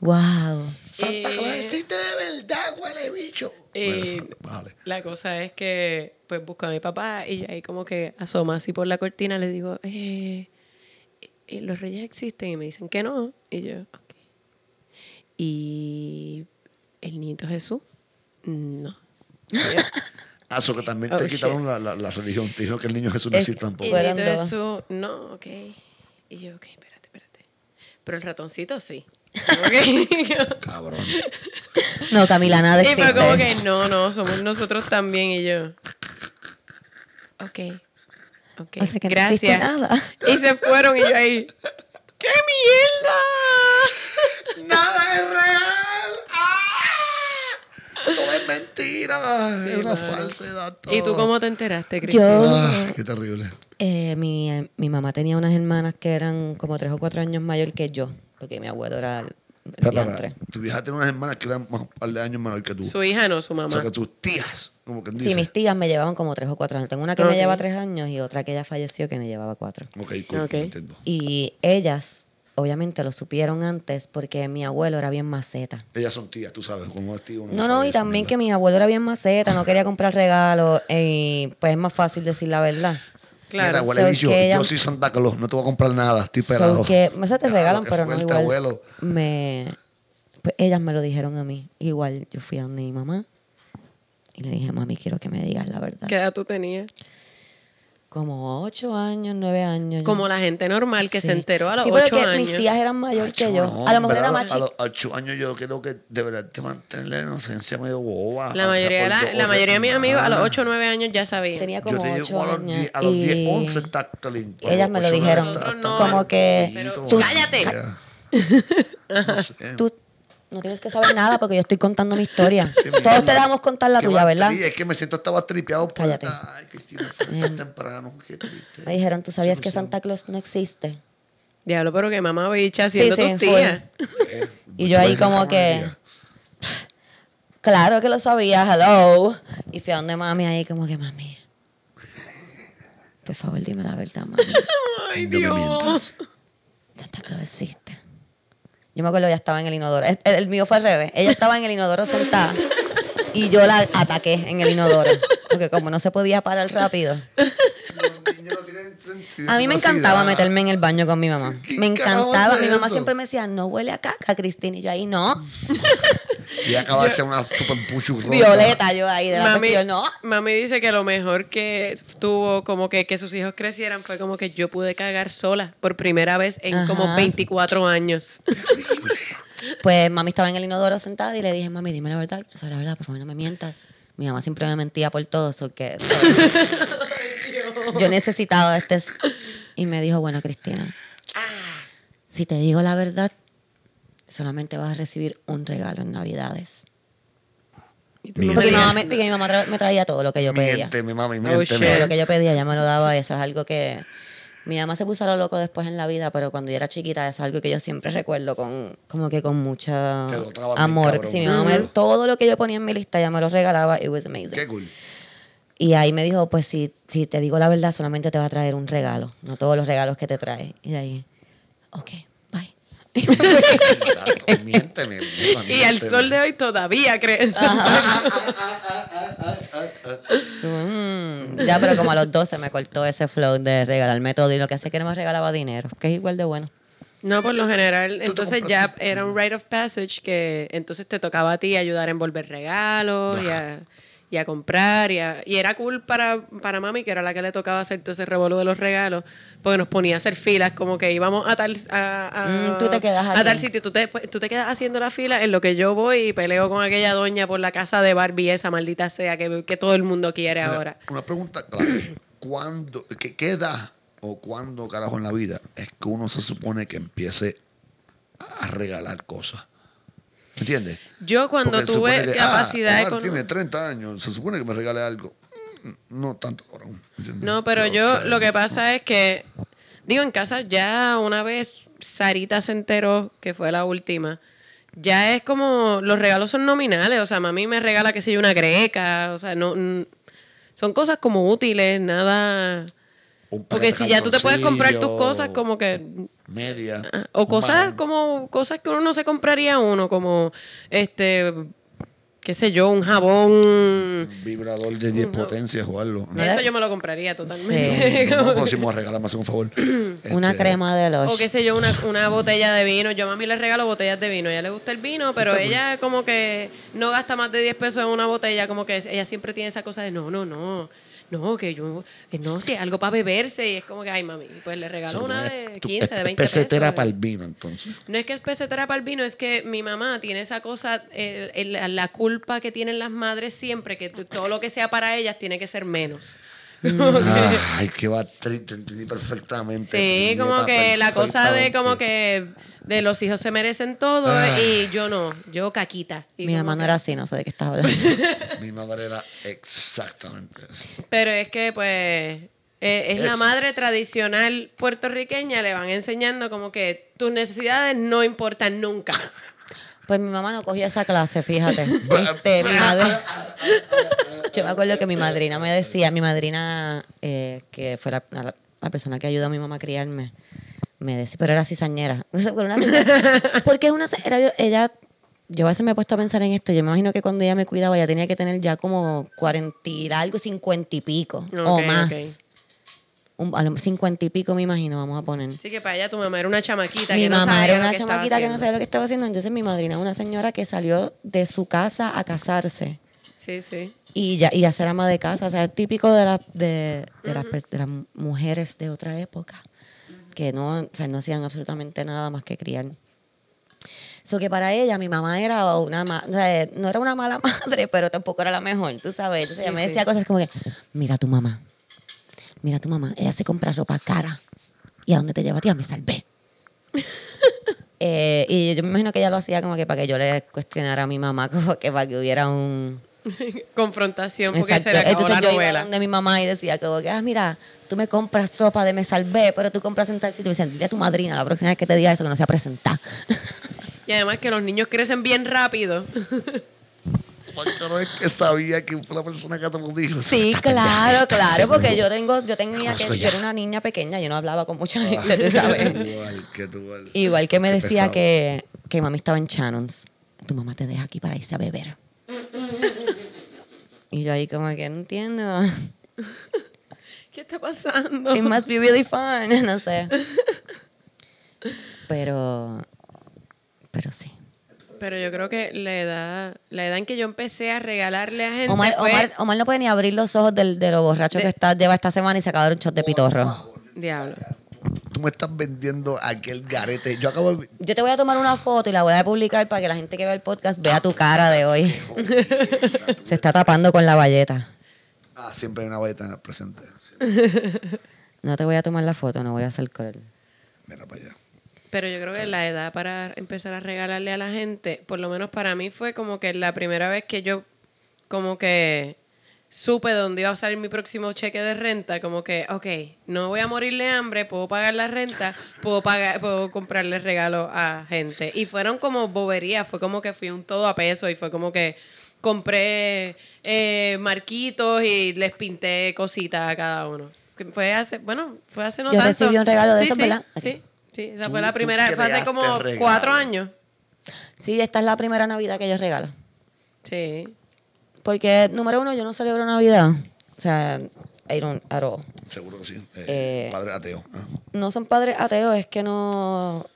Wow. Santa Eh. Claus existe de verdad, huele bicho. Eh. Bueno, vale. La cosa es que, pues, busco a mi papá y yo ahí como que asoma así por la cortina, le digo, eh, ¿y los reyes existen? Y me dicen que no. Y yo, ok. ¿Y el niñito Jesús? No. Y yo, Ah, eso que también Oh, te shit. quitaron la, la, la religión. Te dijeron que el niño Jesús no Es- existe tampoco. Y Pues Fueron el niñito dos. Jesús, no, ok. Y yo, ok, espérate, espérate. Pero el ratoncito sí. Ok. Cabrón. No, Camila, nada Y fue como que existe. no, no, somos nosotros también y yo. Ok. Ok. O sea que no existe Gracias. nada. Y se fueron y yo ahí. ¡Qué mierda! ¡Nada es real! ¡Ah! Todo es mentira. es una falsedad. todo. ¿Y tú cómo te enteraste, Cristian? Oh. Yo, Ah, qué terrible. eh, mi, eh, mi mamá tenía unas hermanas que eran como tres o cuatro años mayor que yo, porque mi abuelo era el, el Espera, espera. vientre. Tu vieja tiene unas hermanas que eran más un par de años menor que tú. Su hija no, su o mamá. sea, que tus tías, como que Sí, dice. mis tías me llevaban como tres o cuatro años. Tengo una que Ok. me lleva tres años y otra que ya falleció que me llevaba cuatro. Ok, cool, Ok. entiendo. Y ellas, obviamente, lo supieron antes porque mi abuelo era bien maceta. Ellas son tías, tú sabes, como es tío. uno No, sabe no, y eso, también que mierda. mi abuelo era bien maceta, no quería comprar regalos y pues es más fácil decir la verdad. Mira, claro. huele so bicho, que ella- yo soy Santa Claus, no te voy a comprar nada, estoy pelado. So que, o sea, te Diablo, regalan, qué pero no fuerte, igual. abuelo. Me, pues ellas me lo dijeron a mí. Igual yo fui a donde mi mamá y le dije, mami, quiero que me digas la verdad. ¿Qué edad tú tenías? Como ocho años, nueve años. yo- Como la gente normal que se Mm. Sí. enteró a los Sí, ocho porque años. mis tías eran mayor que Acho, yo. no, a lo mejor en era verdad, más A chica. los ocho años yo creo que deberás de mantener la inocencia medio boba. La mayoría, de la, la mayoría de mis amigos a los 8 o 9 años ya sabían. Ah. Tenía Yo como te digo ocho como a los años. 10, a los 10, y 11 está caliente. ellas me lo dijeron. Nosotros no, como que pero- tú, ¡Cállate! No sé. tú no tienes que saber nada porque yo estoy contando mi historia. Qué Todos te mierda. dejamos contar la Qué tuya, ¿verdad? batería, Es que me siento estaba tripeado por Cállate. Ay, Cristina, fue tan temprano, qué triste. Me dijeron, ¿tú sabías que Santa Claus no existe? Diablo, pero que mamá bicha Sí, siendo sí, tus full. tías. Eh, Y yo ahí tuve como esa que- manía. Claro que lo sabía, hello. Y fui a donde mami ahí, como que mami. Por favor, dime la verdad, mami. Ay, No me Dios. mientas. Santa Claus existe. Yo me acuerdo, ella estaba en el inodoro. Es- El, el mío fue al revés. Ella estaba en el inodoro sentada y yo la ataqué en el inodoro. Porque como no se podía parar rápido. Los niños no tienen sentido A mí me de encantaba privacidad. meterme en el baño con mi mamá. ¿Qué Me carajo encantaba. es Mi mamá eso? siempre me decía, no huele a caca, Cristina. Y yo ahí, no. Y acaba de ser una super puchurrona. Violeta, yo ahí. De la Mami, vez que pues yo, no. mami dice que lo mejor que tuvo como que, que sus hijos crecieran fue como que yo pude cagar sola por primera vez en Ajá. como 24 años. Pues mami estaba en el inodoro sentada y le dije, mami, dime la verdad. Quiero saber la verdad, por favor, no me mientas. Mi mamá siempre me mentía por todo. so que, yo necesitaba este... Y me dijo, bueno, Cristina, si te digo la verdad, solamente vas a recibir un regalo en Navidades. Y tú Mira. no Porque mi tenías- mamá, me, porque mi mamá tra- me traía todo lo que yo pedía. Miénteme, mami, Todo miénteme. Oh, lo que yo pedía, ya me lo daba. y Eso es algo que. Mi mamá se puso a lo loco después en la vida, pero cuando yo era chiquita, eso es algo que yo siempre recuerdo con como que con mucha Te dotaba bien, amor. cabrón. Si mi mamá me- todo lo que yo ponía en mi lista, ya me lo regalaba. It was amazing. Qué cool. Y ahí me dijo, pues si, si te digo la verdad, solamente te va a traer un regalo, no todos los regalos que te trae. Y de ahí, ok, bye. Exacto. Miénteme. mira, Y al miénteme. sol de hoy todavía crees. Mm, ya, pero como a los 12 me cortó ese flow de regalarme todo y lo que hace que no me regalaba dinero, que es igual de bueno. No, por lo general, te entonces ya era un rite of passage que entonces te tocaba a ti ayudar a envolver regalos y a, y a comprar. Y, a- y era cool para, para mami, que era la que le tocaba hacer todo ese revolú de los regalos, porque nos ponía a hacer filas, como que íbamos a tal, a, a- Mm, tú te quedas a tal aquí. sitio. Tú te, pues, tú te quedas haciendo la fila en lo que yo voy y peleo con aquella doña por la casa de Barbie, esa maldita sea que, que todo el mundo quiere Mira, ahora. Una pregunta clave. ¿Cuándo, qué, qué edad o cuándo, carajo, en la vida es que uno se supone que empiece a regalar cosas? ¿Entiendes? Yo cuando Porque se tuve supone que, ah, capacidad Omar económica- tiene 30 años, se supone que me regale algo. Mm, No tanto, cabrón. ¿entiendes? No, pero o yo sea, lo que pasa es que, digo, en casa ya una vez Sarita se enteró, que fue la última, ya es como, los regalos son nominales, o sea, mami me regala, qué sé yo, una greca, o sea, no, mm, son cosas como útiles, nada... un Porque paquete si de ya tú te puedes comprar tus calzoncillo, cosas como que... Media. ah, O un cosas marrón. como cosas que uno no se compraría a uno, como este, qué sé yo, un jabón. Un vibrador de 10 potencias o algo. No, Eso yo me lo compraría totalmente. Sí. no, pues no, si me voy a regalar, me hace un favor. Una Este, crema de los O qué sé yo, una, una botella de vino. Yo a mami le regalo botellas de vino. A ella le gusta el vino, pero ella como que no gasta más de 10 pesos en una botella. Como que ella siempre tiene esa cosa de no, no, no. No, que yo... eh, No, si es algo para beberse. Y es como que, ay, mami. Pues le o sea, regalo tú una eres- de tú- 15, de es 20 pesos. eh. Pesetera para el vino, entonces. No es que es pesetera para el vino, es que mi mamá tiene esa cosa, el- el- la culpa que tienen las madres siempre, que t- todo lo que sea para ellas tiene que ser menos. Ay, que va tri- te entendí perfectamente. Sí, puñeta, como que la cosa de como perfectamente. que de los hijos se merecen todo Ah. y yo no, yo caquita. Y Mi como mamá que- no era así, no sé de qué estás hablando. Mi madre era exactamente eso. Pero es que pues eh, es la Es- madre tradicional puertorriqueña, le van enseñando como que tus necesidades no importan nunca. Pues mi mamá no cogió esa clase, fíjate. Este, mi madre. Yo me acuerdo que mi madrina me decía, mi madrina, eh, que fue la, la- la persona que ayudó a mi mamá a criarme, me decía, pero era cizañera. O sea, pero una cizañera- Porque es una. ci- Era, ella. Yo a veces me he puesto a pensar en esto. Yo me imagino que cuando ella me cuidaba, ya tenía que tener ya como cuarenta y algo, cincuenta y pico o Ok, más. ok. Un- a lo- cincuenta y pico, me imagino, vamos a poner. Así que para allá tu mamá era una chamaquita Mi que no mamá sabía era lo una que estaba chamaquita que no haciendo. sabía lo que estaba haciendo. Entonces mi madrina es una señora que salió de su casa a casarse Sí, sí. y ya, y ya ser ama de casa. O sea, es típico de, las de, de las per- de las mujeres de otra época que no, o sea, no hacían absolutamente nada más que criar. Eso que para ella mi mamá era una ma- o sea, no era una mala madre, pero tampoco era la mejor, tú sabes. Entonces ella me sí. decía cosas como que, mira tu mamá, mira tu mamá, ella se compra ropa cara y a dónde te lleva a ti, a me salvé. Eh, y yo me imagino que ella lo hacía como que para que yo le cuestionara a mi mamá, como que para que hubiera un... Confrontación porque Exacto. se le acabó Entonces la yo iba novela. donde mi mamá y decía como que, ah, mira, tú me compras ropa de Me Salvé, pero tú compras en tal sitio. Y decían, dile a tu madrina la próxima vez que te diga eso que no se ha presentado. Y además que los niños crecen bien rápido. páncaro es que sabía quién fue la persona que te lo dijo. Sí, Esta pendeja claro, está claro, seguro. porque yo tengo, yo tenía que, Conozco yo ya. era una niña pequeña, yo no hablaba con mucha Ah, gente, tú sabes. Igual que tú. igual. Igual que me Qué decía pesado. que, que mami estaba en Shannon's. Tu mamá te deja aquí para irse a beber. y yo ahí como que no entiendo. ¿Qué está pasando? It must be really fun. No sé. Pero, pero sí. Pero yo creo que la edad, la edad en que yo empecé a regalarle a gente Omar, fue... Omar, Omar no puede ni abrir los ojos del, de lo borracho que está, lleva esta semana y se acaba de dar un shot de pitorro. Diablo. Tú me estás vendiendo aquel garete. Yo acabo de. Yo te voy a tomar una foto y la voy a publicar para que la gente que vea el podcast vea tu cara de hoy. se está tapando con la valleta. Ah, siempre hay una valleta presente. Sí, No te voy a tomar la foto, no voy a ser cruel. Mira para allá. Pero yo creo que la edad para empezar a regalarle a la gente, por lo menos para mí fue como que la primera vez que yo como que supe dónde iba a salir mi próximo cheque de renta, como que, ok, no voy a morirle de hambre, puedo pagar la renta, puedo pagar, puedo comprarle regalos a gente. Y fueron como boberías, fue como que fui un todo a peso y fue como que compré eh, marquitos y les pinté cositas a cada uno. Que Fue hace, bueno, fue hace no Yo tanto. recibí un regalo de Sí, esos, sí, ¿verdad? Sí, sí, esa Tú- fue la tú primera, fue hace creaste como regalo. cuatro años. Sí, esta es la primera Navidad que yo regalo. Sí. Porque, número uno, yo no celebro Navidad. O sea, I don't at all. Seguro que sí. Eh, Eh, padre ateo. Ah. No son padres ateos, es que no...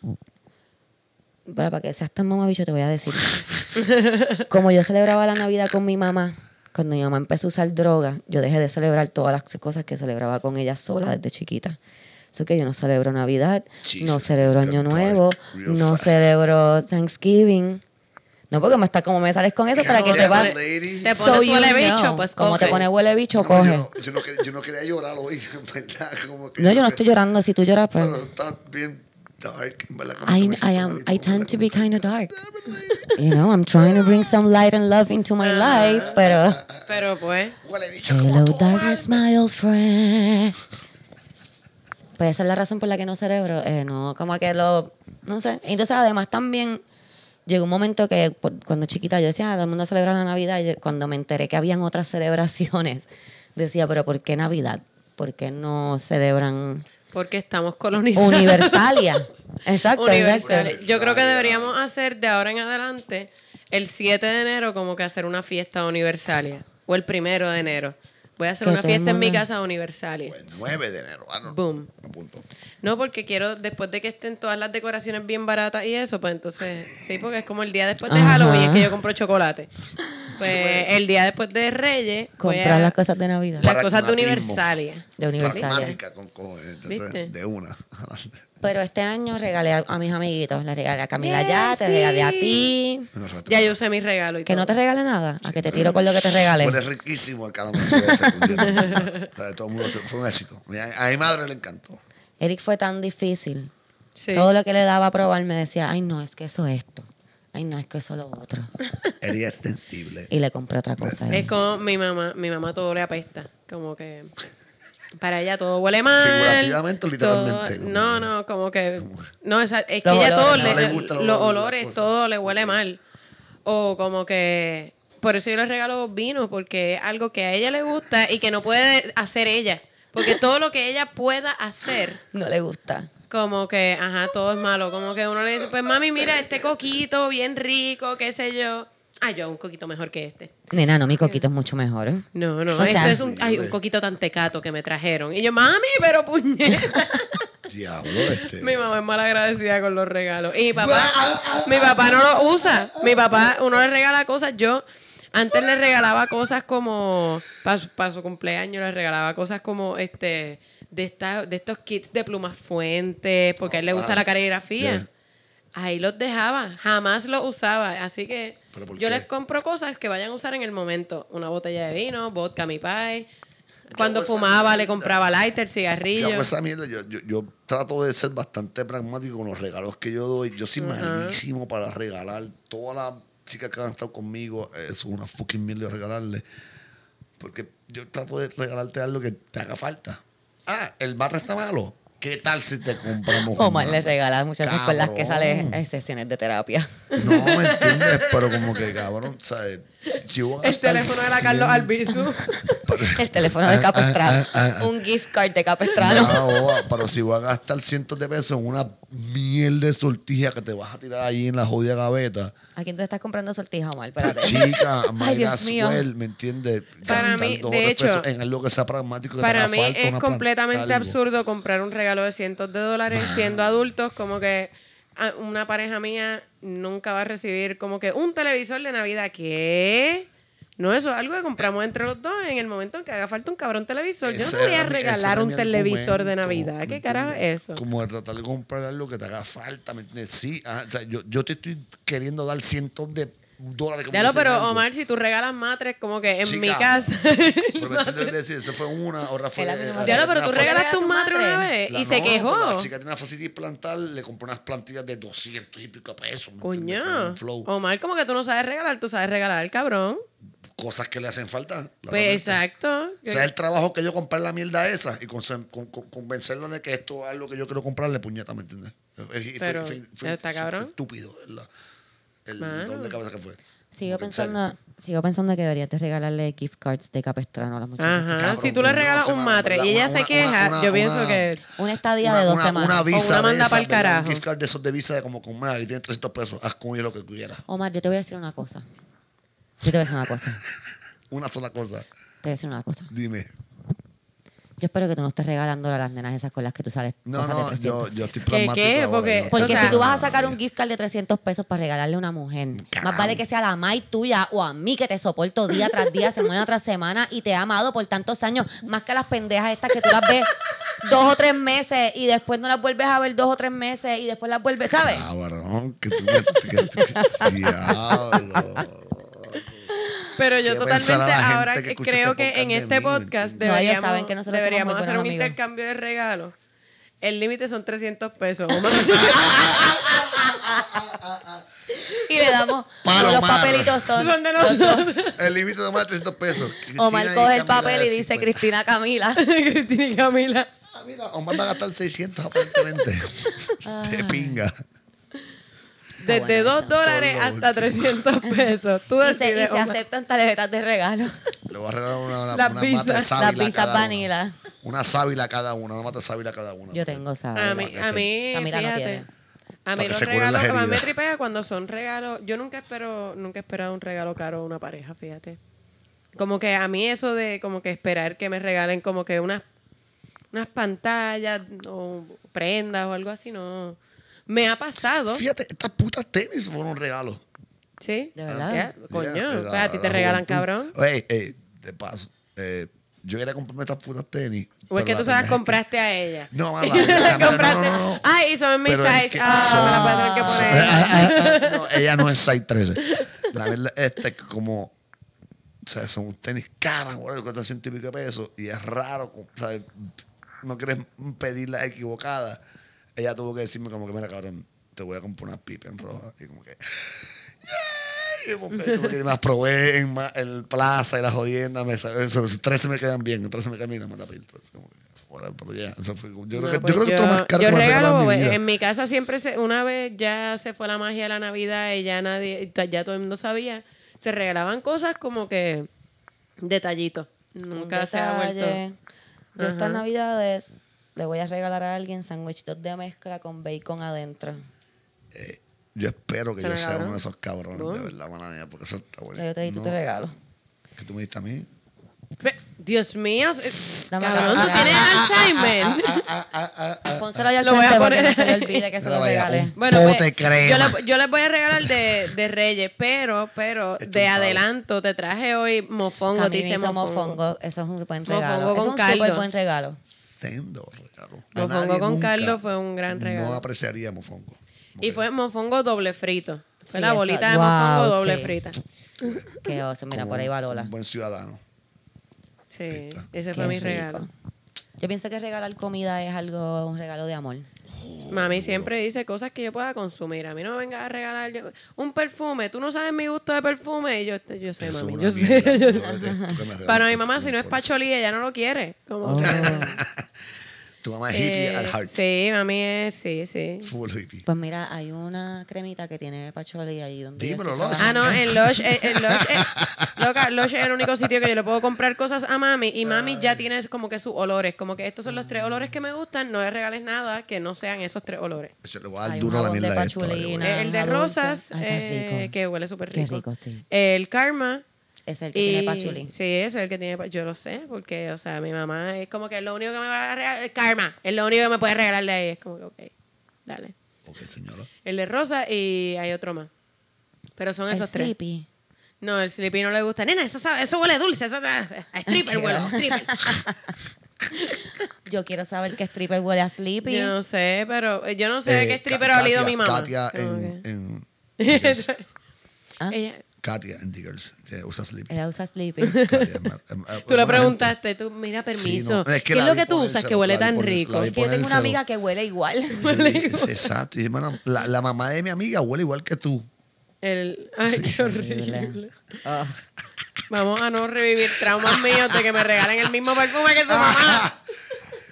Para, para que seas tan mamabicho te voy a decir. Como yo celebraba la Navidad con mi mamá, cuando mi mamá empezó a usar droga, yo dejé de celebrar todas las cosas que celebraba con ella sola desde chiquita. Eso que yo no celebro Navidad, no Jesus, celebro this Año got Nuevo, dark real no fast. celebro Thanksgiving. No, porque me está como me sales con eso para que Come sepas. on, lady. Te pones you huele bicho, know. pues Como te coge. pone huele bicho, No, coge. Yo no, yo no quería, yo no quería llorar hoy, en ¿verdad? Como que No, yo no estoy llorando. Si tú lloras, pues. Pero está bien dark, en ¿verdad? Como que I, me siento I am. malito, I en tend verdad, to como be que- kind of dark. You know, I'm trying to bring some light and love into my life, pero. Pero pues, Huele bicho como Hello, tú, darkness, man. my old friend. Pues esa es la razón por la que no cerebro. eh, no, como que lo. No sé. Entonces, además, también. Llegó un momento que cu- cuando chiquita yo decía, "Ah, todo el mundo celebra la Navidad. y yo- cuando me enteré que habían otras celebraciones, decía, pero ¿por qué Navidad? ¿Por qué no celebran porque estamos colonizando. Universalia? exacto, Universal. exacto. Yo creo que deberíamos hacer de ahora en adelante el 7 de enero como que hacer una fiesta universalia. O el primero de enero. Voy a hacer Que una todo el fiesta en mi mundo- casa universalia. El 9 de enero. Ah, no. Boom. Apunto. No, porque quiero, después de que estén todas las decoraciones bien baratas y eso, pues entonces, sí, porque es como el día después de Ajá. Halloween es que yo compro chocolate. Pues el día después de Reyes, voy Comprar a- las cosas de Navidad. las cosas de Pragmatismo. universalia. De eh. Universalia. Pragmática con con- entonces, ¿Viste? De una. Pero este año regalé a, a mis amiguitos. Le regalé a Camila Yay, ya, te sí. regalé a ti. Ya yo usé mi regalo y Que no todo. te regale nada. A que te tiro con lo que te regale. Huele riquísimo el caramelito de ese, puñeta. O sea, todo el mundo- Fue un éxito. A a mi madre le encantó. Eric fue tan difícil. Sí. Todo lo que le daba a probar me decía, ay, no, es que eso esto. Ay, no, es que eso lo otro. Era extensible. Y le compré otra cosa. Este. Es como mi mamá, mi mamá todo le apesta, como que para ella todo huele mal. Figurativamente o literalmente, todo- como- no, no, como que no, esa- es que Los ella todo olores, no le- le gustan los los olores, olores, las cosas. todo le huele mal. O como que por eso yo le regalo vino porque es algo que a ella le gusta y que no puede hacer ella, porque todo lo que ella pueda hacer No le gusta. como que, ajá, todo es malo. Como que uno le dice, pues mami, mira este coquito bien rico, qué sé yo. Ah, yo hago un coquito mejor que este. Nena, no, mi coquito es mucho mejor. ¿eh? No, no, O eso sea- es un, ay, un coquito tan tecato que me trajeron. Y yo, mami, pero puñeta. Diablo, este. Ah, mi mamá es malagradecida con los regalos. Y mi papá, mi papá no lo usa. Mi papá, uno le regala cosas. Yo antes le regalaba cosas como, para su, pa' su cumpleaños, le regalaba cosas como, este, de, esta, de estos kits de plumas fuentes, porque a él le gusta Ah, la caligrafía. yeah. Ahí los dejaba, jamás los usaba. Así que ¿Pero por yo qué? les compro cosas que vayan a usar en el momento. Una botella de vino, vodka, mi pie. Cuando hago esa fumaba le mierda. compraba lighter, Yo cigarrillo. hago pues, esa mierda, yo, yo- yo trato de ser bastante pragmático con los regalos que yo doy. Yo soy malísimo para regalar. Todas las chicas que han estado conmigo, eh, es una fucking mierda regalarle. Porque yo trato de regalarte algo que te haga falta. Ah, el matra está malo. ¿Qué tal si te compramos un Omar le matra? regala muchas cosas con las que Cabrón. sale eh, sesiones de terapia. No, ¿me entiendes? Pero como que, cabrón, ¿sabes? yo voy a El gastar teléfono era Carlos 100. Albizu. El teléfono de Capestrano. Ah, ah, ah, ah. Un gift card de Capestrano. No, boba, pero si voy a gastar cientos de pesos en una miel de sortija que te vas a tirar ahí en la jodida gaveta. ¿A quién tú estás comprando sortija, Omar? Espérate. Chica, Ay, Mayra Dios mío. Suel, ¿me entiendes? Para mí, de Gastando otros hecho, pesos en algo que sea pragmático. Que te Para haga mí falta, es una planta, completamente algo. absurdo comprar un regalo de cientos de dólares siendo adultos, como que ah, una pareja mía nunca va a recibir como que un televisor de Navidad. ¿Qué? No, eso es algo que compramos entre los dos en el momento en que haga falta un cabrón televisor. Yo Ese no te voy era a mi- ese regalar era un mi televisor de argumento, Navidad. ¿me ¿Qué carajo es entiendes? eso? Como de tratar de comprar algo que te haga falta, ¿me entiendes? Sí, ajá, o sea, yo, yo te estoy queriendo dar cientos de dólares. que me Ya lo, dicen pero algo. Omar, si tú regalas matres, como que en Chica, mi casa. Pero me entiendes lo que quiero decir, eso fue una, ahora fue... Es la misma eh, Ya lo, pero una tú fase- regalas regalaste un matre una vez La Eh, y se no, pero quejó. La chica tiene una facilidad plantal, le compró unas plantillas de 200 y pico pesos. ¿me entiendes? Con Coño. Oh. un flow. Omar, como que tú no sabes regalar, tú sabes regalar, cabrón. Cosas que le hacen falta. Pues claramente. exacto. O sea, el trabajo que yo comprar la mierda esa y conven- con- con- convencerla de que esto es algo que yo quiero comprarle, puñeta, ¿me entiendes? Es- y Pero, ¿está su- cabrón? Estúpido, ¿verdad? El Mano. dolor de cabeza que fue. Sigo Como que, en serio. pensando, sigo pensando que deberías de regalarle gift cards de Capestrano a las muchachas. Ajá, Cabrón, si tú le una regalas un semana, matre ¿verdad? y ella Una- se una- queja, una- yo una- pienso que Una estadía de dos semanas. Una O una visa de manda esas, pa'l ¿verdad? carajo. Un gift card de esos de visa de como comer, ahí tienes 300 pesos, haz con ellos lo que quieras. Omar, yo te voy a decir una cosa. Yo te voy a decir una cosa. Te Una sola cosa. voy a decir una cosa. Dime. Yo espero que tú no estés regalándole a las nenas esas con las que tú sales. No, cosas de no, 300. yo, yo estoy ¿Qué, pragmático. qué? ahora, Porque- yo no Porque estoy O sea- si tú vas a regalando sacar nadie. un gift card de 300 pesos para regalarle a una mujer, Carajo. más vale que sea la May tuya o a mí que te soporto día tras día, semana tras semana y te he amado por tantos años, más que las pendejas estas que tú las ves dos o tres meses y después no las vuelves a ver dos o tres meses y después las vuelves, ¿sabes? Cabrón, Ah, que tú me- que tú- Diablo. Pero yo ¿Qué pensará totalmente la gente ahora que que escucha creo este que en podcast este de mí? podcast No, ellos deberíamos, saben que nosotros somos deberíamos muy hacer un buenos amigos. intercambio de regalos. El límite son 300 pesos. Omar. Y le damos Para los Omar. papelitos son. son de nosotros. El límite de más de 300 pesos. Omar Cristina coge y el Camila pues. papel y de dice 50. Cristina Camila. Cristina y Camila. Ah, mira, Omar va a gastar 600 aparentemente. Te pinga. Desde 2 bueno, eso. dólares Todo lo hasta 300 pesos. Tú Y se, y decides, se Omar. aceptan tarjetas de regalo. Le voy a regalar una, una, Las una pizzas. mata de Las sábila pizzas cada uno. vanilla. Una sábila cada una, una mata de sábila cada una. Yo tengo, ¿sabes? A mí, a mí, Camila no fíjate. tiene. A Para mí que los se curen regalos las que más me heridas. tripea cuando son regalos. Yo nunca espero, nunca he esperado un regalo caro a una pareja, fíjate. Como que a mí eso de como que esperar que me regalen como que unas, unas pantallas o prendas o algo así, no. Me ha pasado. Fíjate, estas putas tenis fueron un regalo. Sí. De verdad. Ya, Coño, Ya, pues, a ti te la regalan, juventud. cabrón. Oye, eh, de paso. Eh, yo quería comprarme estas putas tenis. O es pero que tú se Pues la las pendeja es que- compraste a ella. No, Y mala. tú se las mala, mala, compraste. no, no, no. Ay, y son mis Pero es size. que Ah, son- me las voy a tener que poner. Ah, ah, ah, no, ella no es 613. La verdad, este es como. O sea, son tenis caras, boludo, que cuestan ciento y pico de pesos. Y es raro, o sea, no quieres pedir las equivocadas. Ella tuvo que decirme, como que, mira, cabrón, te voy a comprar unas pipas en roja. Y como que. "Yay", y como que tuve que irme las probé en ma- el plaza y las jodiendas. Me, sa- eso, tres se me quedan bien, tres se me quedan bien. Me pedir tres. Como que, whatever, pero ya, eso fue como- yo creo No, que, pues yo creo que esto es lo más caro yo que me han regalado en regalo, mi vida. en mi casa siempre, se- una vez ya se fue la magia de la Navidad y ya nadie, ya- ya todo el mundo sabía, se regalaban cosas como que detallitos. Nunca se ha Detalle. vuelto. Yo Ajá. estas navidades le voy a regalar a alguien sándwichitos de mezcla con bacon adentro. Yo espero que ¿Te yo sea regalaron? uno de esos cabrones, No. de verdad, mala mía, porque eso está bueno. Yo te di tu No, te regalo. que tú me diste a mí. Pe- Dios mío, eh, Dame cabrón, la- tú ah, tienes ah, Alzheimer. Pónselo allá al ah. Lo voy a frente porque poner- no se le olvide que se Mira, lo Ah, vaya, regale. un- Pote pues, crema. Yo, le- yo les voy a regalar de, de Reyes, pero, pero, Este de es un palo. adelanto, te traje hoy mofongo, A te mí me hice hizo mofongo. mofongo. Eso es un buen Mofongo regalo. Eso con es un caldo. súper buen regalo. Sendo regalo. A Mofongo nadie con nunca caldo fue un gran regalo. No apreciaría mofongo. Y fue mofongo doble frito. Fue Sí, la eso- bolita de wow, mofongo doble sí. frita. Qué oso. Mira, Como por ahí va un- Lola. Un buen ciudadano. Sí, está. ese Qué fue mi rico. regalo. Yo pienso que regalar comida es algo, un regalo de amor. Mami siempre dice cosas que yo pueda consumir. A mí no me vengas a regalar yo- un perfume. Tú no sabes mi gusto de perfume. Y yo, este, yo sé, Eso es mami. una Yo sé. mierda. yo- Yo detesto que me regalen Para mi mamá, perfume si no es por eso. Ah. pacholí, ella no lo quiere. Como Oh. que- Tu mamá es hippie Eh, at heart. Sí, mami es, sí, sí. Full hippie. Pues mira, hay una cremita que tiene Pacholi ahí donde. yo Dímelo, estoy Lola. trabajando. Ah, no, en Lush, eh, en Lush, eh, loca, Lush es el único sitio que yo le puedo comprar cosas a mami y mami ya tiene como que sus olores, como que estos son los Mm. tres olores que me gustan, no le regales nada que no sean esos tres olores. Yo Pues le voy a dar Hay duro a un la jabón de mierda de esto. eh, pachulina. vale, Naranja Eh, el de dulce. rosas, Ay, qué eh, rico. que huele súper Qué rico. rico, sí. El karma. Es el que y- tiene Pachuli. Sí, es el que tiene pa- Yo lo sé, porque, o sea, mi mamá es como que lo único que me va a regalar. El karma. Es lo único que me puede regalar de ahí. Es como que, ok, dale. bueno. Ok, señora. El de rosa y hay otro más. Pero son El esos tres. Sleepy. No, el sleepy no le gusta. Nena, eso, sabe- eso huele dulce. Eso, a stripper huele. a stripper. Yo quiero saber qué stripper huele a Sleepy. Yo no sé, pero yo no sé Eh, qué stripper Ka- ha olido Katia- mi mamá. Katia Como en, en que- Diggers. Ah, Ella- Katia en Diggers. que Usa Sleepy. Ella usa Sleepy. Katia, em- em- em- Tú le buena gente. preguntaste, tú, mira, permiso. no, es que ¿Qué la es lo vi que tú ponerse- usas que la huele vi tan ponerse- la rico? vi Que yo tengo ponérselo. una amiga que huele igual. Sí, sí, exacto. Y, hermano, la, la mamá de mi amiga huele igual que tú. El, ay, qué horrible. Horrible. Ah. Vamos a no revivir traumas míos de que me regalen el mismo perfume que su mamá. Ah.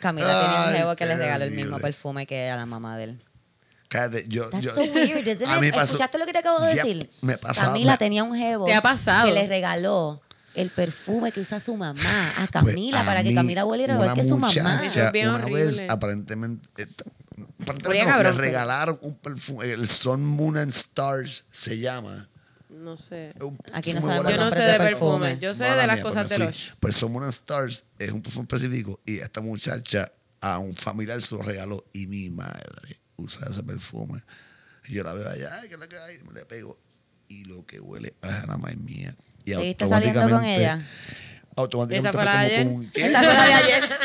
Camila tiene Ay, un jevo que le qué regaló el horrible. mismo perfume que a la mamá de él. Cállate, yo, That's yo- so weird, isn't a mí it? pasó- ¿Escuchaste lo que te acabo de Ya, decir? Me pasaba. Camila me- tenía un jevo ¿Te ha pasado? que le regaló el perfume que usa su mamá a Camila pues, a para que mí, Camila volviera igual una que su mamá. muchacha, Es bien una horrible. vez, aparentemente, eh, t- aparentemente Olía no, cabrón, le pero- regalaron un perfume, el Sun, Moon and Stars se llama. No sé. Un Aquí no perfume sabemos buena- Yo no sé nombres de de perfume. perfume. Yo sé Mala de las mía, cosas pues de me los. fui. Pero Sun, Moon and Stars es un perfume específico y esta muchacha a un familiar se lo regaló y mi madre usa ese perfume. Y yo la veo allá, ay, que la que hay, me le pego. Y lo que huele es a la madre mía. Y ¿Seguiste saliendo con automáticamente- ella? Automáticamente Esa fue fue la de como ayer. con un- ¿qué? Esa fue la de ayer.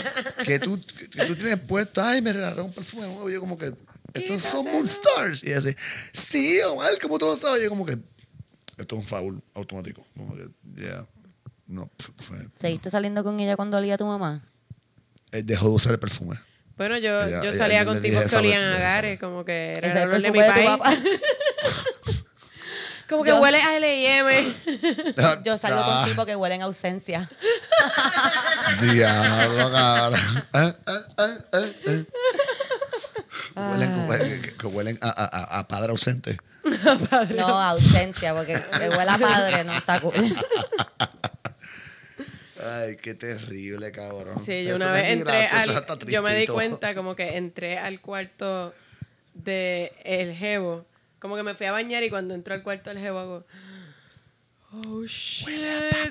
que tú, que tú tienes puesto, ay, me regalaron un perfume nuevo. Yo como que, estos son Moonstars. Y ella dice, sí, Omar, ¿cómo tú lo sabes? Yo como que, esto es un faul automático. Como que, ya, no, pf, fue- ¿Seguiste saliendo con ella cuando olía tu mamá? Él eh, dejó de usar el perfume. Bueno, yo, Ya, yo ya, salía ya le con dije tipos que esa vez, olían ya a esa Gary, vez. como que Ese era es el el olor de mi perfume de tu país. papá. Como que Yo- huele a L&M. Yo salgo Ah, con tipo que huelen ausencia. Diablo, cabrón. Eh, eh, eh, eh, eh. Huelen, huelen- que- que huelen a, a- a- a padre ausente. No, ausencia, porque que huela padre no está cool. Ay, qué terrible, cabrón. Sí, yo Eso una no es vez ni entré gracioso, eso al, está yo me di tristito. cuenta como que entré al cuarto de el jevo, como que me fui a bañar y cuando entró al cuarto del jevo hago Oh shit,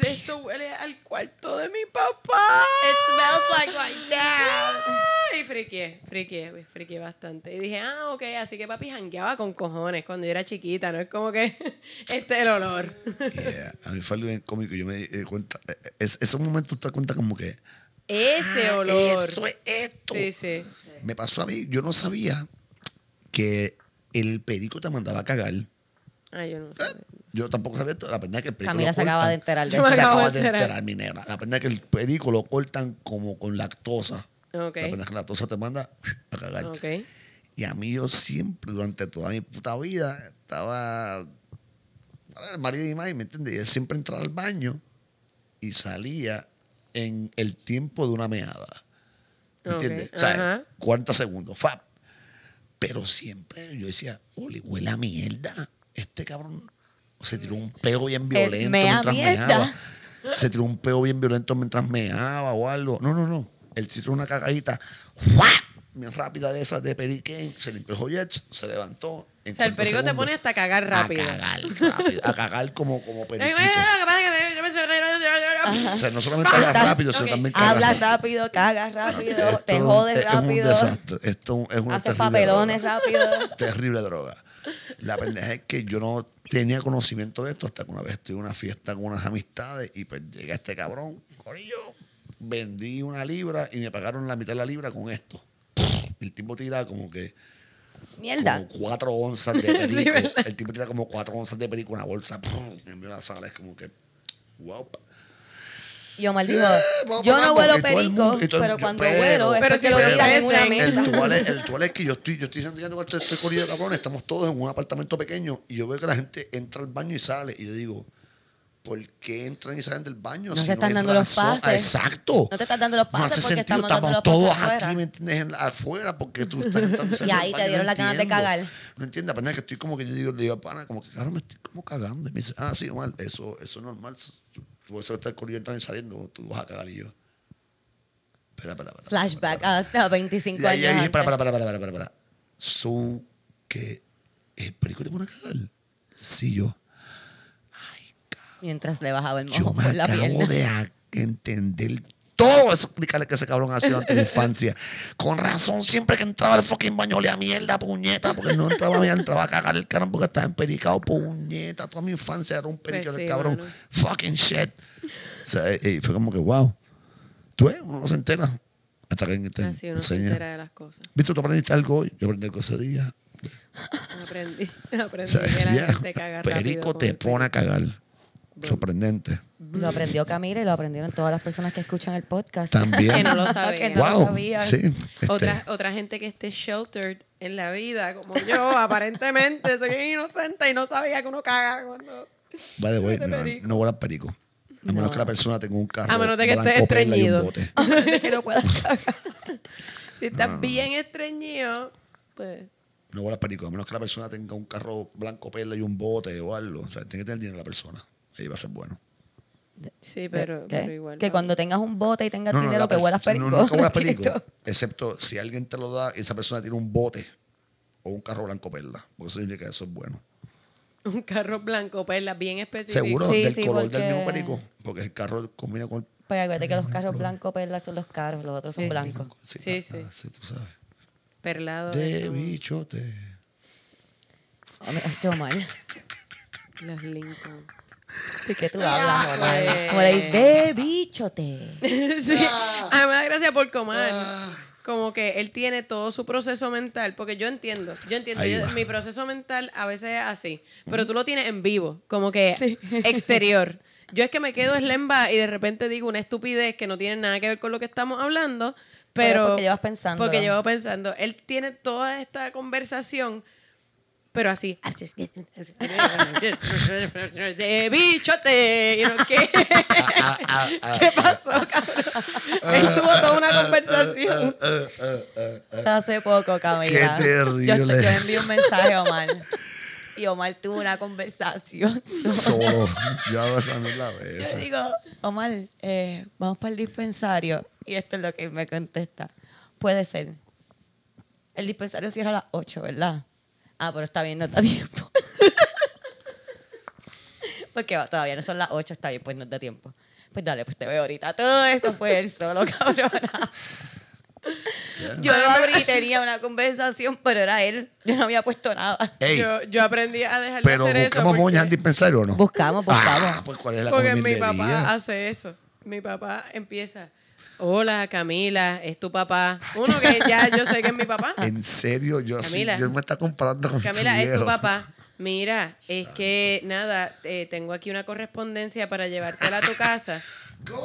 esto huele al cuarto de mi papá. It smells like my dad. Y friqué, friqué, friqué bastante. Y dije, ah, ok, así que papi jangueaba con cojones cuando yo era chiquita, ¿no? Es como que este es el olor. Yeah, Eh, A mí fue algo bien cómico. Yo me di eh, cuenta. eh, eh, Es, ese momento te das cuenta como que. Ese "Ah, olor. Esto es esto. Sí, sí. Me pasó a mí. Yo no sabía que el perico te mandaba a cagar. Ay, Ah, yo no sé. Eh, Yo tampoco sabía esto. La pendeja que el perico. Camila lo se acaba cortan. de enterar de Yo me eso. Te acabo acabas de de enterar. enterar, mi nena. La pendeja que el perico lo cortan como con lactosa. Ok. Ah, La pendeja que la lactosa te manda a cagar. Ok. Y a mí yo siempre, durante toda mi puta vida, estaba para el marido de mi madre, ¿me entiendes? Y él siempre entraba al baño y salía en el tiempo de una meada. ¿Me Ok, entiendes? O sea, ajá. 40 segundos, ¡fap! Pero siempre yo decía, ole, huele a mierda. Este cabrón se tiró un peo Eh, bien violento mea mientras mierda. meaba. Se tiró un peo bien violento mientras meaba o algo. No, no, no. Él se tiró una cagadita, ¡fap! Bien rápida de esas de periquén, se limpió el joyet, se levantó. en O sea, el 40 perico te segundos, pone hasta cagar rápido. A cagar, rápido, a cagar como, como Ay, periquito. ay, ay, capaz que yo me soy- O sea, no solamente habla rápido, sino Ok. también caga Hablas rápido. rápido, cagas rápido, Esto te es un- jodes Es un rápido, desastre. Esto es una haces terrible papelones droga. rápido. Terrible droga. La pendeja es que yo no tenía conocimiento de esto hasta que una vez estuve en una fiesta con unas amistades y pues llega este cabrón, corillo, vendí una libra y me pagaron la mitad de la libra con esto. El tipo tira como que Mierda. como cuatro onzas de perico. Sí, ¿verdad? el tipo tira como cuatro onzas de perico, una bolsa, ¡pum! y envió a la sala. Es como que, wow. Yo maldigo, Eh, vamos yo mamando, no huelo y todo el perico, mundo- y todo el pero mundo- cuando pero- huelo es Pero porque si lo lo tiran en una ofrecen. mesa. El tual es, el tual es que yo estoy, yo estoy sentando que estoy corriendo cabrón, estamos todos en un apartamento pequeño y yo veo que la gente entra al baño y sale y yo digo, ¿por qué entran y salen del baño? No se están hay dando los razón? Ah, pases. Exacto. No te estás dando los No pases hace porque sentido, estamos dando estamos los todos pases afuera. aquí, ¿me entiendes? En- afuera, porque tú estás entrando Y ahí te dieron las la ganas de cagar. No entiendo, apenas que estoy como que yo digo, le digo a pana, como que, claro, me estoy como cagando. Y me dice, ah, sí, Omar, eso, eso es normal. Tú, tú eso estás corriendo entrando y saliendo, tú vas a cagar y yo. Espera, espera, espera. Flashback a, a 25 Y ahí, años. ahí dije, antes. para, para, para, para, para, para, para. So, que el perico te pone a cagar. Sí, yo. Mientras le bajaba el Yo mojo me pues, por la acabo pierna. de a- entender todo eso explicarle que ese cabrón ha sido durante mi infancia. Con razón, siempre que entraba al fucking baño olía a mierda, puñeta, porque él no entraba bien, entraba a cagar el cabrón porque estaba empericado, puñeta. Toda mi infancia era un perico Pues del sí, cabrón. mano. Fucking shit. O sea, eh, eh, fue como que, wow. Tú, eh, uno no se entera hasta que alguien te Así uno se entera enseña. de las cosas. Viste, tú aprendiste algo hoy, yo aprendí algo ese día. Aprendí, aprendí O sea, Pues que la yeah, gente caga rápido perico con te el pone a perico. cagar. Sorprendente. Lo aprendió Camila y lo aprendieron todas las personas que escuchan el podcast. También. Que no lo sabían. Que no lo wow. sabían. Sí. este, Otra, otra gente que esté sheltered en la vida, como yo, aparentemente soy inocente y no sabía que uno caga cuando... By the way, de no, perico. no huela perico. A menos que la persona tenga un carro. A menos de que blanco, esté perla y un estreñido. bote. que no puedas cagar. Si estás bien estreñido, pues... No huela perico. A menos que la persona tenga un carro blanco, perla y un bote o algo. O sea, tiene que tener dinero la persona. Ahí va a ser bueno. Sí, pero, ¿Qué? pero igual. que vamos. cuando tengas un bote y tengas dinero, la que pers- huelas perico. No, nunca huela perico. Entiendo. Excepto si alguien te lo da y esa persona tiene un bote o un carro blanco perla. Porque eso dice que eso es bueno. Un carro blanco, perla, bien específico. Seguro, Sí, del sí, color del porque- mismo perico. Porque el carro combina con el Pues acuérdate que los carros blancos perlas son los caros, los otros son blancos. Sí, Sí, ah, sí. ah, sí, tú sabes. Perlado. De eso, bichote. Oh, mira, este Omar. Los Lincoln. ¿De qué tú hablas, Omar? pues. Omar ahí, de bichote. sí. Ah. A mí me da gracia por Comar. Como que él tiene todo su proceso mental, porque yo entiendo, yo entiendo, Ahí yo- va. mi proceso mental a veces es así, pero tú lo tienes en vivo, como que exterior. Yo es que me quedo eslemba y de repente digo una estupidez que no tiene nada que ver con lo que estamos hablando, pero... Pero porque llevas pensándolo. Porque llevo pensando. Él tiene toda esta conversación, pero así. De bichote. ¿Y no, qué? Ah, ah, ah, ¿Qué pasó, cabrón? Él tuvo toda una ah. conversación. Hace poco, Camila. Qué terrible. Yo, yo envié un mensaje a Omar. Y Omar tuvo una conversación. solo. Yo hago esa mierda a Yo veces. digo, Omar, eh, vamos para el dispensario. Y esto es lo que él me contesta. Puede ser. El dispensario cierra a las 8, ¿verdad? Ah, pero está bien, no da tiempo. Porque va, todavía no son las 8, está bien, pues no da tiempo. Pues dale, pues te veo ahorita. Todo eso fue él solo, cabrona. Yo lo abrí y tenía una conversación, pero era él. Yo no había puesto nada. Ey, Yo, yo aprendí a dejar de pero hacer eso. buscamos moñas en porque- dispensario o no? Buscamos, buscamos. Ah, pues cuál es la Porque mi papá comildería? hace eso. Mi papá empieza. Hola, Camila, es tu papá. Uno que ya yo sé que es mi papá. En serio, yo sí, Camila. yo me está comparando con Camila, es viejo. tu papá. Mira, es que nada, eh, tengo aquí una correspondencia para llevártela a tu casa.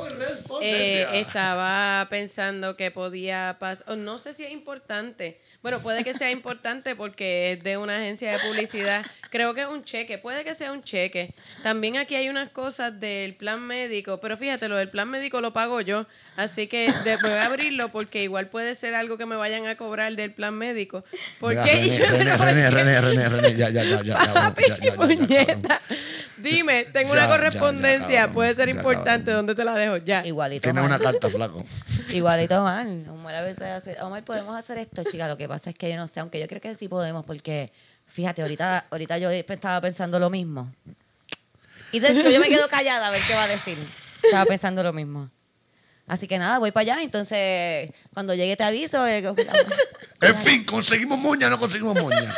Eh, Correspondencia. estaba pensando que podía pasar, no sé si es importante. Bueno, puede que sea importante porque es de una agencia de publicidad. Creo que es un cheque, puede que sea un cheque. También aquí hay unas cosas del plan médico, pero fíjate, lo del plan médico lo pago yo, así que de- voy a abrirlo porque igual puede ser algo que me vayan a cobrar del plan médico. ¿Por Mira, qué? Y René, yo René, no sé. René, René, René, René, ya, ya, ya, ya, cabrón, Papi, ya, ya, ya, ya, cabrón. puñeta. Dime, tengo Ya, una ya, ya, correspondencia, cabrón, puede ser ya, importante, cabrón. ¿dónde te la dejo? Ya. Igualito. Tiene Omar. una carta, flaco. Igualito Omar. Omar a veces hace, Omar, podemos hacer esto, chica. Lo que pasa es que yo no sé, aunque yo creo que sí podemos, porque fíjate, ahorita, ahorita yo estaba pensando lo mismo. Y de- yo me quedo callada a ver qué va a decir. Estaba pensando lo mismo. Así que nada, voy para allá. Entonces, cuando llegue te aviso. eh, En fin, conseguimos moña, no conseguimos moña.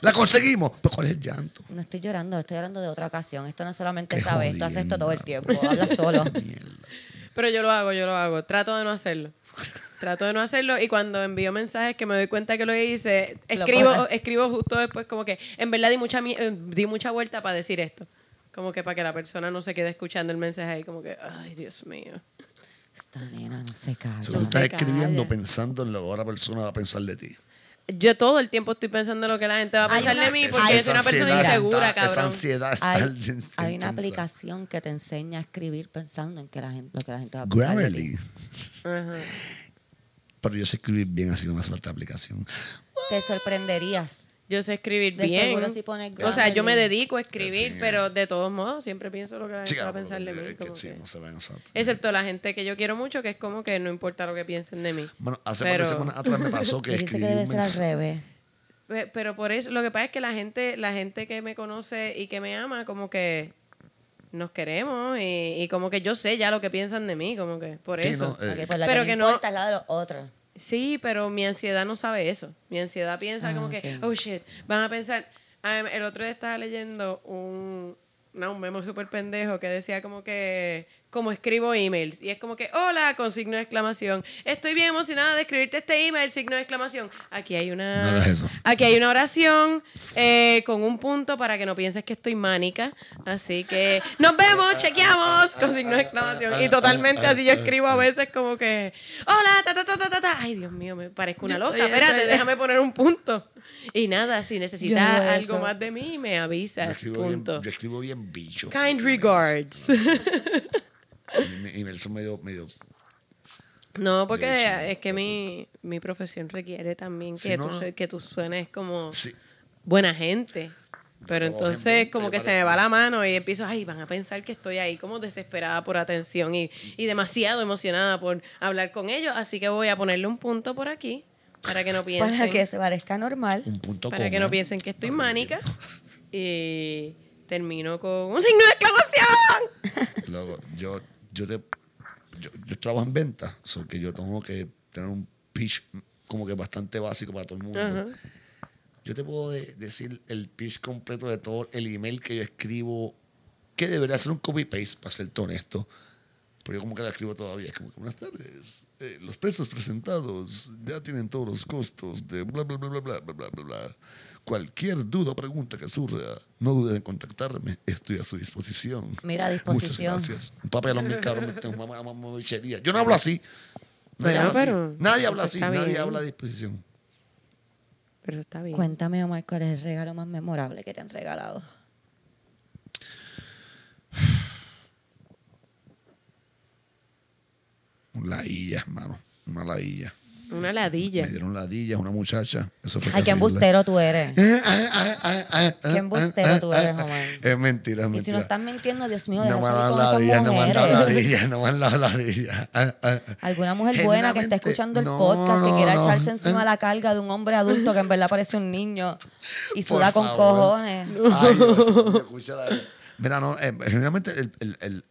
La conseguimos. Pero cuál es el llanto. No estoy llorando, estoy llorando de otra ocasión. Esto no es solamente Qué esta vez, tú haces esto todo el jodienda. tiempo, hablas solo. Pero yo lo hago, yo lo hago. Trato de no hacerlo. Trato de no hacerlo y cuando envío mensajes que me doy cuenta que lo hice, Lo escribo, borras. escribo justo después como que en verdad di mucha, mi- eh, di mucha vuelta para decir esto. Como que para que la persona no se quede escuchando el mensaje ahí como que, ay, Dios mío. Esta nena no se calla. Eso tú estás se escribiendo calla. pensando en lo que otra persona va a pensar de ti. yo todo el tiempo estoy pensando lo que la gente va a Hay pensar de una- mí esa porque yo soy una persona ansiedad insegura, está- Esa cabrón. ansiedad está Hay, intensa. hay una aplicación que te enseña a escribir pensando en que la gente, lo que la gente va a pensar. de ti. Grammarly. Ajá. Pero yo sé escribir bien, así que no me hace falta aplicación. Te sorprenderías. Yo sé escribir De bien. seguro si pones o sea, yo me Grammarly. dedico a escribir, Sí. pero de todos modos siempre pienso lo que la gente Sí, va claro, a pensar de mí. porque- como que sí, que- no se ven, exacto. Excepto la gente que yo quiero mucho, que es como que no importa lo que piensen de mí. Bueno, hace Pero- varias semanas atrás me pasó que Y dice escribí que debe un ser al mensaje. Eh, revés. Pe- Pero por eso, lo que pasa es que la gente, la gente que me conoce y que me ama, como que nos queremos y, y como que yo sé ya lo que piensan de mí, como que por Sí, eso. no, eh. Ok, pues la Pero que, que no no- importa es la de los otros. Sí, pero mi ansiedad no sabe eso. Mi ansiedad piensa Ah, como que, ok. oh shit, van a pensar. Ah, em, el otro día estaba leyendo un, no, un memo súper pendejo que decía como que, como escribo emails. Y es como que, hola, con signo de exclamación. Estoy bien emocionada de escribirte este email, signo de exclamación. Aquí hay No una. hagas eso. Aquí hay una oración eh, con un punto para que no pienses que estoy mánica. Así que, nos vemos, chequeamos, con signo de exclamación. Y totalmente así yo escribo a veces como que, hola, ta, ta, ta, ta, ta, ta. Ay, Dios mío, me parezco una Yo loca. soy esa, Espérate, yo- déjame poner un punto. Y nada, si Yo hago necesitas algo eso. más de mí, me Yo avisas. escribo, bien, Punto. yo escribo bien bicho. Kind Emails. regards. Y me- Y me son medio, medio. No, porque Dirección. es que mi, mi profesión requiere también que, Si no, tú, se- que tú suenes como Sí. buena gente. Pero Como entonces gente, como que se me va la mano y empiezo, ay, van a pensar que estoy ahí como desesperada por atención y, y demasiado emocionada por hablar con ellos. Así que voy a ponerle un punto por aquí para que no piensen. Para que se parezca normal. Un punto ¿eh? para que coma. no piensen que estoy mánica. Y termino con un signo de exclamación. Luego, yo, yo, te, yo, yo trabajo en venta, so que yo tengo que tener un pitch mm, como que bastante básico para todo el mundo. Yo te puedo de- decir el pitch completo de todo el email que yo escribo, que debería ser un copy-paste, para ser honesto. Pero yo como que la escribo todavía, es como que buenas tardes, eh, los precios presentados ya tienen todos los costos de bla, bla, bla, bla, bla, bla, bla, bla, bla. Cualquier duda o pregunta que surja, no dudes en contactarme, estoy a su disposición. Mira, a disposición. Muchas gracias. Un papelón bien cabrón, tengo una mamá- mamá bichería. Yo no hablo así. Nadie Bueno, habla así. pero Nadie eso habla así, está nadie bien. habla a disposición. Pero está bien. Cuéntame, Omar, ¿cuál es el regalo más memorable que te han regalado? Lailla, hermano. Una lailla. Una ladilla. Me dieron ladillas una muchacha. Eso fue Ay, qué terrible. embustero tú eres. Eh, ah, ah, ah, ah, ah, Qué embustero ah, tú ah, eres, ah. Omar. Es mentira, es Y si mentira. no estás mintiendo, Dios mío, deja no me han salir dado con esas ladillas, no me han dado mujeres. ladillas, no me han dado ladillas. Ah, ah, ah. Alguna mujer buena que Genuinamente, está escuchando el no, podcast, que no, quiera no. echarse encima la carga de un hombre adulto que en verdad parece un niño y Por suda con favor. cojones. Ay, Dios mío, escucha la- Mira, no, eh, generalmente el, el, el,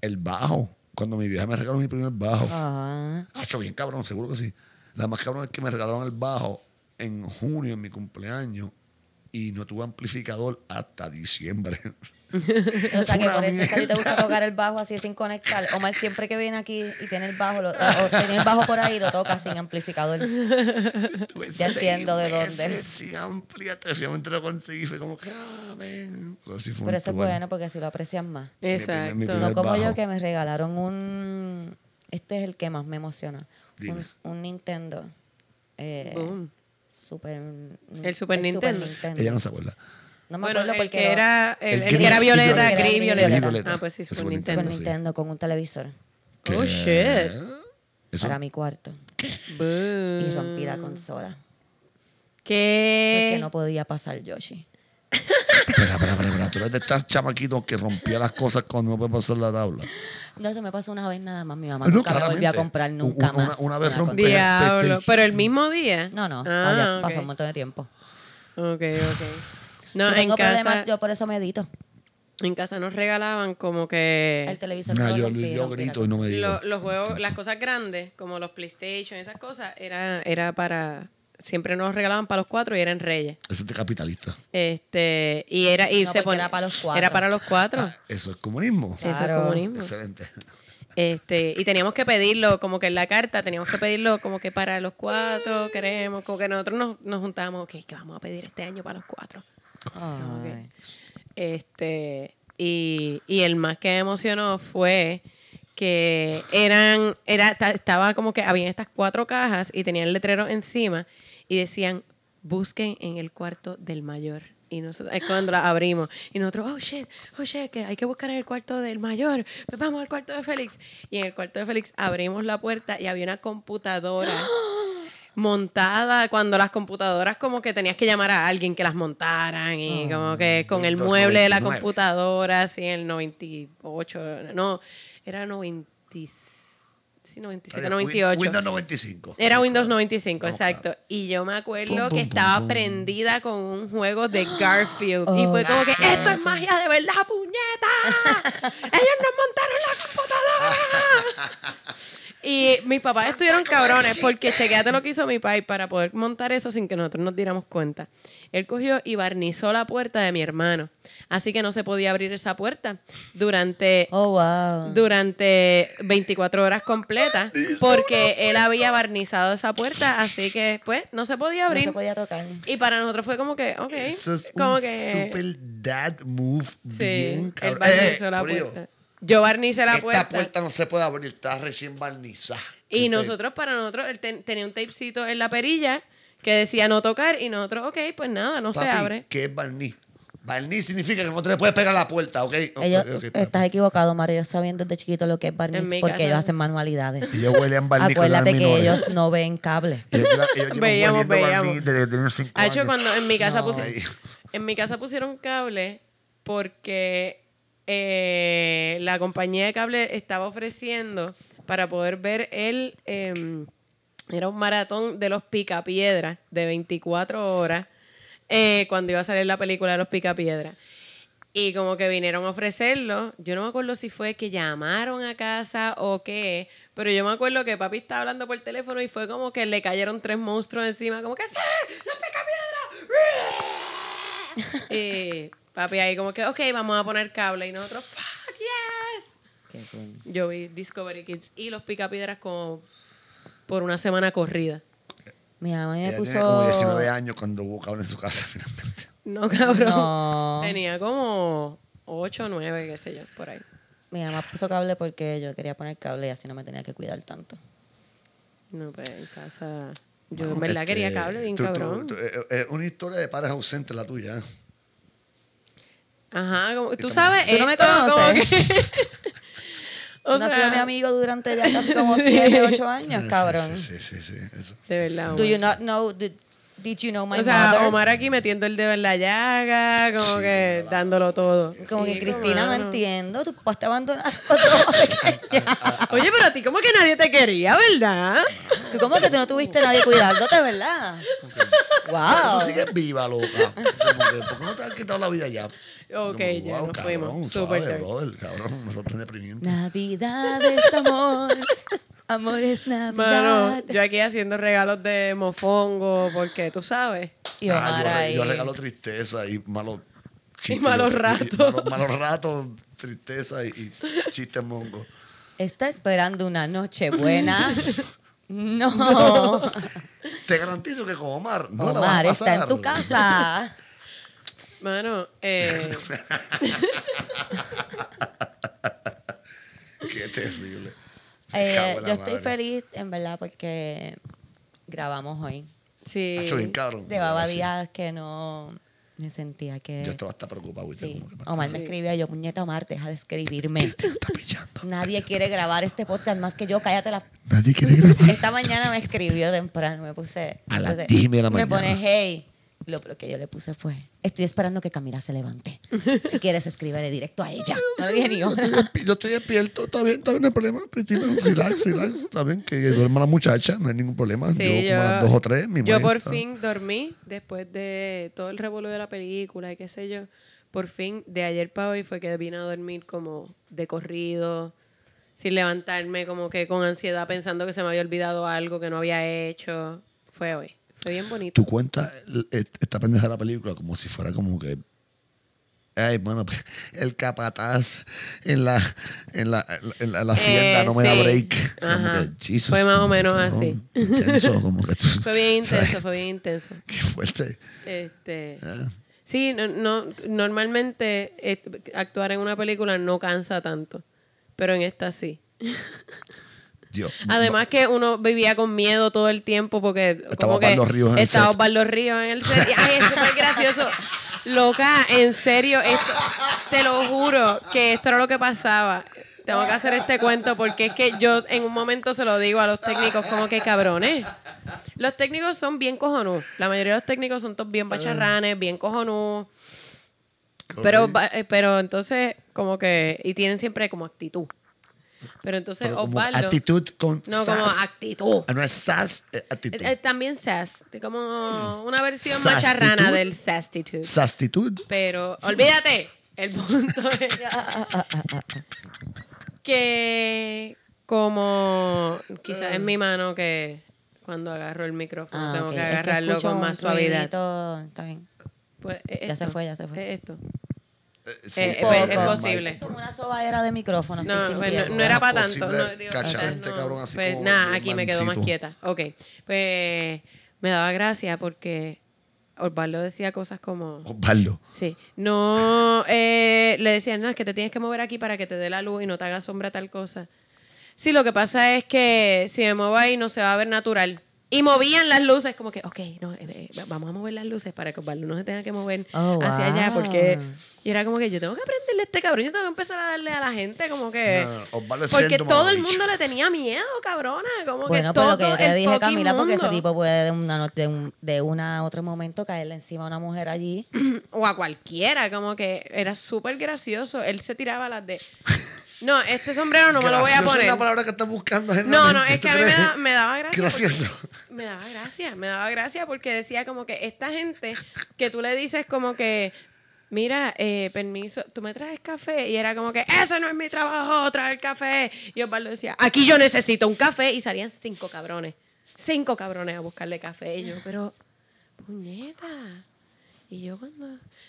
el bajo, cuando mi vieja me regaló mi primer bajo, Ah. Ajá. Hacho, bien cabrón, seguro que sí. La más cabrón es que me regalaron el bajo en junio, en mi cumpleaños, y no tuve amplificador hasta diciembre. O sea que Una por eso es que a ti te gusta mierda. tocar el bajo así sin conectar. Omar siempre que viene aquí y tiene el bajo, lo- o tiene el bajo por ahí, lo toca sin amplificador. Tuve Ya seis entiendo de meses dónde. Sin ampliarte, finalmente lo conseguí. Fue como, que, ah, ven. Pero sí fue Pero eso es bueno. bueno porque así lo aprecian más. Exacto. Mi primer- mi primer- No el como bajo. yo que me regalaron un. Este es el que más me emociona. Dime. Un, un Nintendo. Eh, Boom. Super, El Super Nintendo. Ella no se acuerda. No me Bueno, acuerdo el porque que era, el, El el que era gris y violeta, violeta. gris, El violeta. gris y violeta. Ah, pues sí, Eso Super fue Super Nintendo. sí. Nintendo con un televisor Oh, shit. Eso, para mi cuarto Boo. y rompí Mm. la consola ¿Qué? Eh. porque no podía pasar Yoshi. espera, espera, espera, espera. Tú eres de estar chamaquito que rompía las cosas cuando no puede pasar la tabla. No, eso me pasó una vez nada más. Mi mamá No, nunca me volvió a claramente. comprar nunca Un- una- más. una vez rompí. consola. Diablo. Pe- Pero el mismo día. No, no, Ah, ya ok. pasó un montón de tiempo. Ok, ok. No, Yo en tengo casa, problemas, yo por eso medito. en casa nos regalaban como El que televisor No, lo yo, rompí, yo rompí la grito y no me digo. lo- los juegos, las cosas grandes, como los PlayStation, esas cosas, era, era para. Siempre nos regalaban para los cuatro y eran reyes. Eso es de capitalista. Este, y era, y No, se porque era para los cuatro. Ah, Era para los cuatro. Eso es comunismo. Eso es Claro. comunismo. Excelente. Este, y teníamos que pedirlo, como que en la carta, teníamos que pedirlo como que para los cuatro, queremos, como que nosotros nos, nos juntábamos, ok, ¿qué vamos a pedir este año para los cuatro? Ah, consola. Ay. Este, y, y el más que me emocionó fue que eran, era, ta- estaba como que habían estas cuatro cajas y tenían letreros encima y decían busquen en el cuarto del mayor. Y nosotros, es cuando la abrimos. Y nosotros, oh shit, oh shit, que hay que buscar en el cuarto del mayor. Pues vamos al cuarto de Félix. Y en el cuarto de Félix abrimos la puerta y había una computadora montada. Cuando las computadoras, como que tenías que llamar a alguien que las montaran. Y como que con el mueble de la 1999. computadora, así en el 98. No, era 97, sí, 97, 98. Windows 95. Era Windows 95, Estamos exacto. Y yo me acuerdo Pum, pum, que pum, estaba pum. prendida con un juego de Garfield. y Oh, fue como que, claro. ¡esto es magia de verdad, puñeta! ¡Ellos nos montaron la computadora! y mis papás Santa estuvieron Claus cabrones existe. porque chequeate lo que hizo mi país para poder montar eso sin que nosotros nos diéramos cuenta. Él cogió y barnizó la puerta de mi hermano. Así que no se podía abrir esa puerta durante Oh, wow. durante 24 horas completas porque él había barnizado esa puerta, así que pues no se podía No abrir. se podía tocar. Y para nosotros fue como que, ok, Eso es como un que super dad move sí, bien él cabrón. barnizó Eh, la Corillo, puerta. Yo barnicé la Esta puerta. puerta. no se puede abrir, está recién barnizada. Y Este, nosotros, para nosotros, él ten- tenía un tapecito en la perilla que decía no tocar y nosotros, ok, pues nada, no papi, se abre. ¿Qué es barniz? Barniz significa que no te le puedes pegar a la puerta, ¿ok? Ok, Ellos, eh, ok, papi. estás equivocado, Mario. Ellos saben desde chiquito lo que es barniz En mi porque casa- ellos hacen manualidades. Ellos huelen barniz con las Acuérdate que menores. ellos no ven cable. Ellos, llevan- ellos llevan Veíamos, oliendo veíamos. barniz desde que tienen cinco Hacho, años. Ah, cuando en mi casa No. Ay. pusieron en mi casa pusieron cable porque eh, la compañía de cable estaba ofreciendo para poder ver el em, era un maratón de los picapiedras de 24 horas eh, cuando iba a salir la película de los picapiedras y como que vinieron a ofrecerlo. Yo no me acuerdo si fue que llamaron a casa o qué, pero yo me acuerdo que papi estaba hablando por teléfono y fue como que le cayeron tres monstruos encima, como que ¡Sí! ¡Los pica piedra! y papi ahí como que, ok, vamos a poner cable. Y nosotros, ¡fuck yes! Qué cool. Yo vi Discovery Kids y los picapiedras como por una semana corrida. Mi mamá me Ella puso. tiene como 19 años cuando hubo cable en su casa finalmente. No, cabrón. No. Tenía como 8 o 9, qué sé yo, por ahí. Mi mamá puso cable porque yo quería poner cable y así no me tenía que cuidar tanto. No, pues en casa. Yo Bueno, en verdad este, quería cable bien tú- tú- cabrón. tú- eh, eh, una historia de padres ausentes la tuya. ¿eh? Ajá, como, tú Estamos- sabes. Tú no me esto, como conoces. que- o no ha sea, sido mi amigo durante ya casi como 7, 8 años, Sí, cabrón. Sí, sí, sí, sí, eso. De verdad. Do you Omar. not know? Did, did you know my o sea, mother? Omar aquí metiendo el dedo en la llaga, como Sí, que claro. dándolo todo. Como que Sí, Cristina, no mano. entiendo. Tu papá te abandonaron cuando era pequeña. Oye, pero a ti como que nadie te quería, ¿verdad? Tú como que tú no tuviste a nadie cuidándote, ¿verdad? Pero Wow. Tú sigues viva, loca. Como que, ¿Por qué no te has quitado la vida ya? Ok, Ok, ya nos fuimos. Super Suave, dark. brother, cabrón, nosotros deprimiendo. Navidad es amor. Amor es Mano, Navidad. yo aquí haciendo regalos de mofongo, porque tú sabes. y Omar Ah, yo, ahí. yo regalo tristeza y malos chistes. malos y- y ratos. malos, malos ratos, tristeza y, y chistes mongos. Está esperando una noche buena. No. Te garantizo que con Omar no la vas a Omar pasar. está en tu casa. Mano, eh, Qué terrible. Eh, Me cago en la yo estoy madre. feliz, en verdad, porque grabamos hoy. sí. Hacho, bien cabrón. Llevaba Sí. días que no me sentía que. Yo estaba hasta preocupado. güey, Eh, Sí. Oh, como que, Omar me escribía yo, puñeta Omar, deja de escribirme. Está pillando. Nadie quiere grabar este podcast más que yo, cállate la. Nadie quiere grabar. Esta mañana me escribió temprano, me puse. A las puse- 10 y media de la Me pone mañana. hey. Lo, lo que yo le puse fue: Estoy esperando que Camila se levante. Si quieres, escríbele directo a ella. No le dije ni yo. Yo estoy, despi- yo estoy despierto, está bien, está bien, no hay problema, Cristina. Relax, relax, está bien, que duerma la muchacha, no hay ningún problema. Sí, yo, como a las dos o tres, mi Yo mujer por está- fin dormí después de todo el revuelo de la película y qué sé yo. Por fin, de ayer para hoy fue que vine a dormir como de corrido, sin levantarme, como que con ansiedad pensando que se me había olvidado algo que no había hecho. Fue hoy. Fue bien bonito. Tú cuentas el- est- e, esta pendeja de la película como si fuera como que. Ay, bueno, pues, el capataz en la, en la, en la, en la hacienda Eh, no me da sí. break. Como Ajá. que, Jesus, Fue más o como menos que, así. no, intenso, como que tú- Fue bien ¿sabes? intenso, fue bien intenso. Qué fuerte. Este, Ah. sí, no, no- normalmente eh, actuar en una película no cansa tanto, pero en esta sí. Dios. Además que uno vivía con miedo todo el tiempo porque Estaba como que Osvaldo Ríos en el estaba set. Osvaldo Ríos en el set. Y, Ay, es súper gracioso. Loca, en serio, esto- te lo juro que esto era lo que pasaba. Tengo que hacer este cuento porque es que yo en un momento se lo digo a los técnicos como que cabrones. Los técnicos son bien cojonudos. La mayoría de los técnicos son todos bien bacharranes, bien cojonudos. Pero, Ah. Ok. va- eh, pero entonces, como que. Y tienen siempre como actitud. Pero entonces, Pero como Osvaldo. actitud con No, como sas. actitud. Ah, No es sas, eh, actitud. Eh, eh, también sass. de Mm. Como una versión Sastitud. macharrana del sastitud. eh, Sastitud. Pero, olvídate. El punto es. que. Como. Quizás es mi mano que. Cuando agarro el micrófono, Ah, tengo ok. que Es agarrarlo escucho con un más suavidad. ruidito, Está bien. Pues, eh, Ya se esto. fue, ya se fue. Eh, esto. Eh, sí, Eh, pero es- era es mal. posible. Como una sobadera de micrófono. No, estoy pues, no, sintiendo. no era para Imposible tanto. No, digo, cachar quizás a este no. cabrón así Pues como nada, bien aquí me quedo más mansito. quieta. Ok, pues me daba gracia porque Osvaldo decía cosas como... Osvaldo. Sí, no, eh, le decían, no, es que te tienes que mover aquí para que te dé la luz y no te haga sombra tal cosa. Sí, lo que pasa es que si me muevo ahí no se va a ver natural. Y movían las luces, como que, ok, no, eh, eh, vamos a mover las luces para que Osvaldo no se tenga que mover Oh, hacia wow. allá, porque. Y era como que yo tengo que aprenderle a este cabrón, yo tengo que empezar a darle a la gente, como que. No, no, Osvaldo es Eh, porque siendo todo el mamabicho. mundo le tenía miedo, cabrona. Como Bueno, que pero todo lo que yo te el dije, fucking Camila, porque ese mundo. tipo puede de una, no- de, un- de una a otro momento caerle encima a una mujer allí. o a cualquiera, como que era súper gracioso. Él se tiraba las de. No, este sombrero no me lo voy a Gracioso poner. es la palabra que estás buscando. No, generalmente. no, es ¿Tú que a mí me, crees? da- me daba gracia. Gracioso. porque- Me daba gracia, me daba gracia porque decía como que esta gente que tú le dices como que, mira, eh, permiso, tú me traes café y era como que, eso no es mi trabajo, traer café. Y Osvaldo decía, aquí yo necesito un café y salían cinco cabrones, cinco cabrones a buscarle café. Y yo, pero, puñeta. Y yo cuando...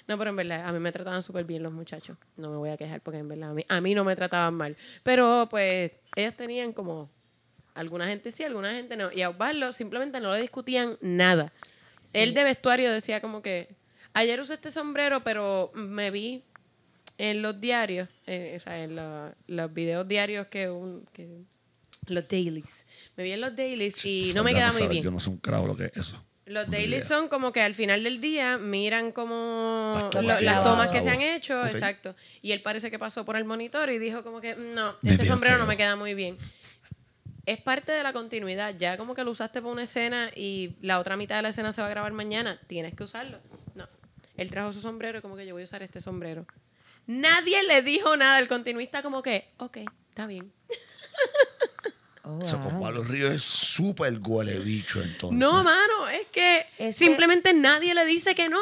No, pero en verdad, a mí me trataban súper bien los muchachos. No me voy a quejar porque en verdad a mí, a mí no me trataban mal. Pero pues ellos tenían como... Alguna gente sí, alguna gente no. Y a Osvaldo simplemente no le discutían nada. Él de vestuario decía como que... Ayer usé este sombrero, pero me vi en los diarios, eh, o sea, en la- los videos diarios que, un- que... Los dailies. Me vi en los dailies y no me Ya queda muy sabes, bien. Yo no sé un carajo lo que es eso. Los No tengo dailies idea. son como que al final del día miran como Las lo- las tomas tomas, llevan a que que se cabo. han hecho, Ok. exacto. Y él parece que pasó por el monitor y dijo como que no, Me este dio sombrero no feo". me queda muy bien. Es parte de la continuidad, ya como que lo usaste para una escena y la otra mitad de la escena se va a grabar mañana, tienes que usarlo. No, él trajo su sombrero y como que yo voy a usar este sombrero. Nadie le dijo nada, el continuista como que, ok, está bien. Oh, O sea, wow. Osvaldo Ríos es súper huele bicho entonces. No, mano, es que Es que- simplemente nadie le dice que no.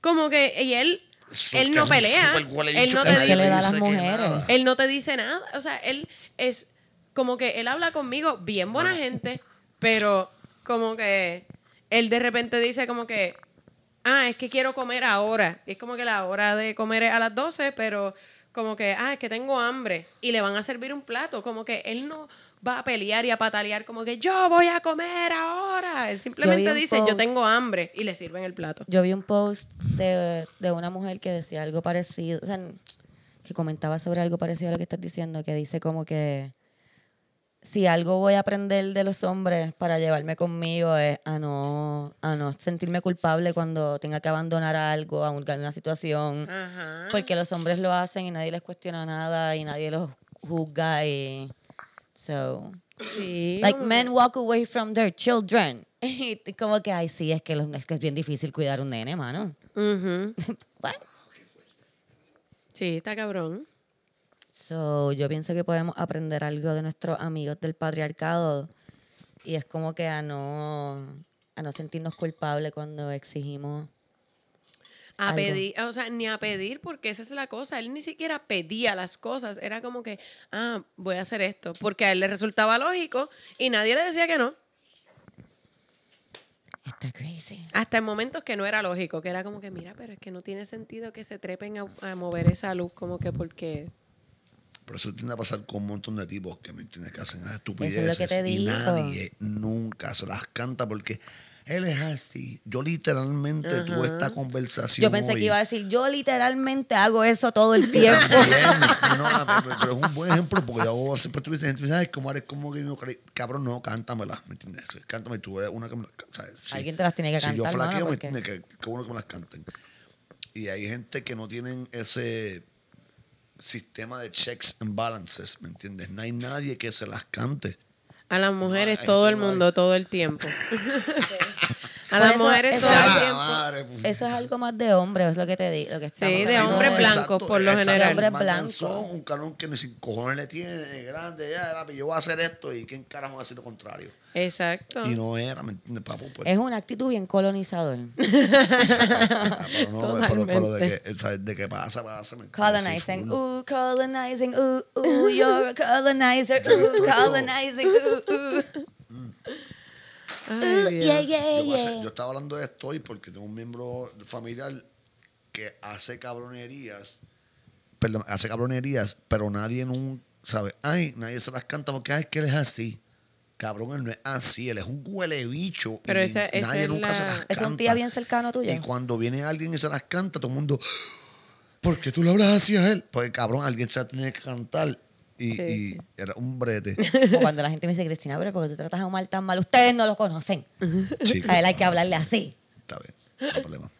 Como que, y él, Su- él que no es pelea. súper huele Él bicho no, que te nadie le dice, da a las dice que mujeres. nada. él no te dice nada. O sea, él es como que él habla conmigo bien buena gente, pero como que él de repente dice como que, ah, es que quiero comer ahora. Y es como que la hora de comer es a las 12, pero como que, ah, es que tengo hambre. Y le van a servir un plato. Como que él no va a pelear y a patalear como que yo voy a comer ahora. Él simplemente un dice, yo post. tengo hambre. Y le sirven el plato. Yo vi un post de, de una mujer que decía algo parecido, o sea, que comentaba sobre algo parecido a lo que estás diciendo, que dice como que si algo voy a aprender de los hombres para llevarme conmigo es a no, a no sentirme culpable cuando tenga que abandonar algo, a una situación, Ajá. porque los hombres lo hacen y nadie les cuestiona nada y nadie los juzga y... So, Sí. Like men walk away from their children. Y como que, ay, sí, es que, los, es que es bien difícil cuidar un nene, mano. Ujú. What? Sí, está cabrón. So, yo pienso que podemos aprender algo de nuestros amigos del patriarcado. Y es como que a no, a no sentirnos culpables cuando exigimos. A Algo. pedir, o sea, ni a pedir, porque esa es la cosa. Él ni siquiera pedía las cosas. Era como que, ah, voy a hacer esto. Porque a él le resultaba lógico y nadie le decía que no. Está crazy. Hasta en momentos que no era lógico, que era como que, mira, pero es que no tiene sentido que se trepen a, a mover esa luz, como que porque. Pero eso tiende a pasar con un montón de tipos que me entiendes que hacen esas que estupideces. te y digo. nadie nunca se las canta porque Él es así. Yo literalmente tuve esta conversación. Yo pensé hoy. que iba a decir, yo literalmente hago eso todo el tiempo. Bien, no, pero, pero es un buen ejemplo porque yo siempre tuve gente que ¿sabes cómo eres? ¿Cómo que yo cre- Cabrón, no, cántamela, ¿me entiendes? Cántame tú, eres una que me las ¿sabes? Sí. Alguien te las tiene que si cantar, yo mano, flaqueo, porque- me tiene que, qué bueno que me las canten. Y hay gente que no tienen ese sistema de checks and balances, ¿me entiendes? No hay nadie que se las cante. A las mujeres No, todo Ah, esto el no hay. mundo, todo el tiempo. A Por las eso- mujeres eso- todo el Ah, tiempo. madre, pues. Eso es algo más de hombre, es lo que te digo. Lo que estamos de hablando. hombres No, blancos, por lo exacto, general. Hombres más blancos. danzón, un cabrón que ni sin cojones le tiene, grande, ya, papi, yo voy a hacer esto y ¿quién carajo va a decir lo contrario? Exacto. Eh, Y no era, ¿me entiendes, papu? Pues, Es una actitud bien colonizadora. ah, pero no, pero, pero de, Totalmente. que, eh, ¿sabes? de que pasa, pasa. ¿me entiendes? Sí, Colonizing, full. ooh, colonizing, ooh, ooh, you're a colonizer, ooh, colonizing, ooh, ooh, ooh, Ay, Dios. yeah, Yo, yeah, voy a hacer- yeah. yo estaba hablando de esto hoy porque tengo un miembro familiar que hace cabronerías, perdón, hace cabronerías, pero nadie nunca, ¿sabes? Ay, nadie se las canta porque ay, es que él es así. Cabrón, él no es así, él es un huele bicho. Pero y esa- esa nadie es nunca se la- las canta. Es un tía bien cercano tuyo. Y cuando viene alguien y se las canta, todo el mundo, ¿por qué tú le hablas así a él? Porque cabrón, alguien se la tiene que cantar. Y, Sí, y sí. era un brete. O cuando la gente me dice, Cristina, pero porque tú tratas a Omar tan mal, ustedes no lo conocen. Chica, A él hay que ah, hablarle sí. así. Está bien, no hay problema.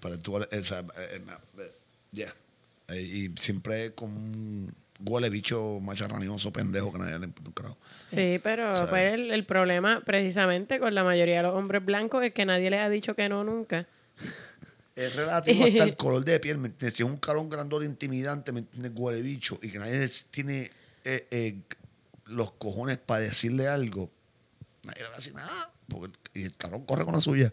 Pero tú, eh, esa, eh, eh, eh, ya. Eh, Y siempre con un huele bicho macharranioso pendejo que nadie le importa un carajo. Sí, pero pues, el, el problema precisamente con la mayoría de los hombres blancos es que nadie les ha dicho que no nunca. Es relativo hasta el color de piel. ¿me entiendes? Si es un carón grandote intimidante, ¿me entiendes? Huele bicho. Y que nadie es- tiene eh, eh, los cojones para decirle algo. Nadie le va a decir nada. Porque el- y el carón corre con la suya.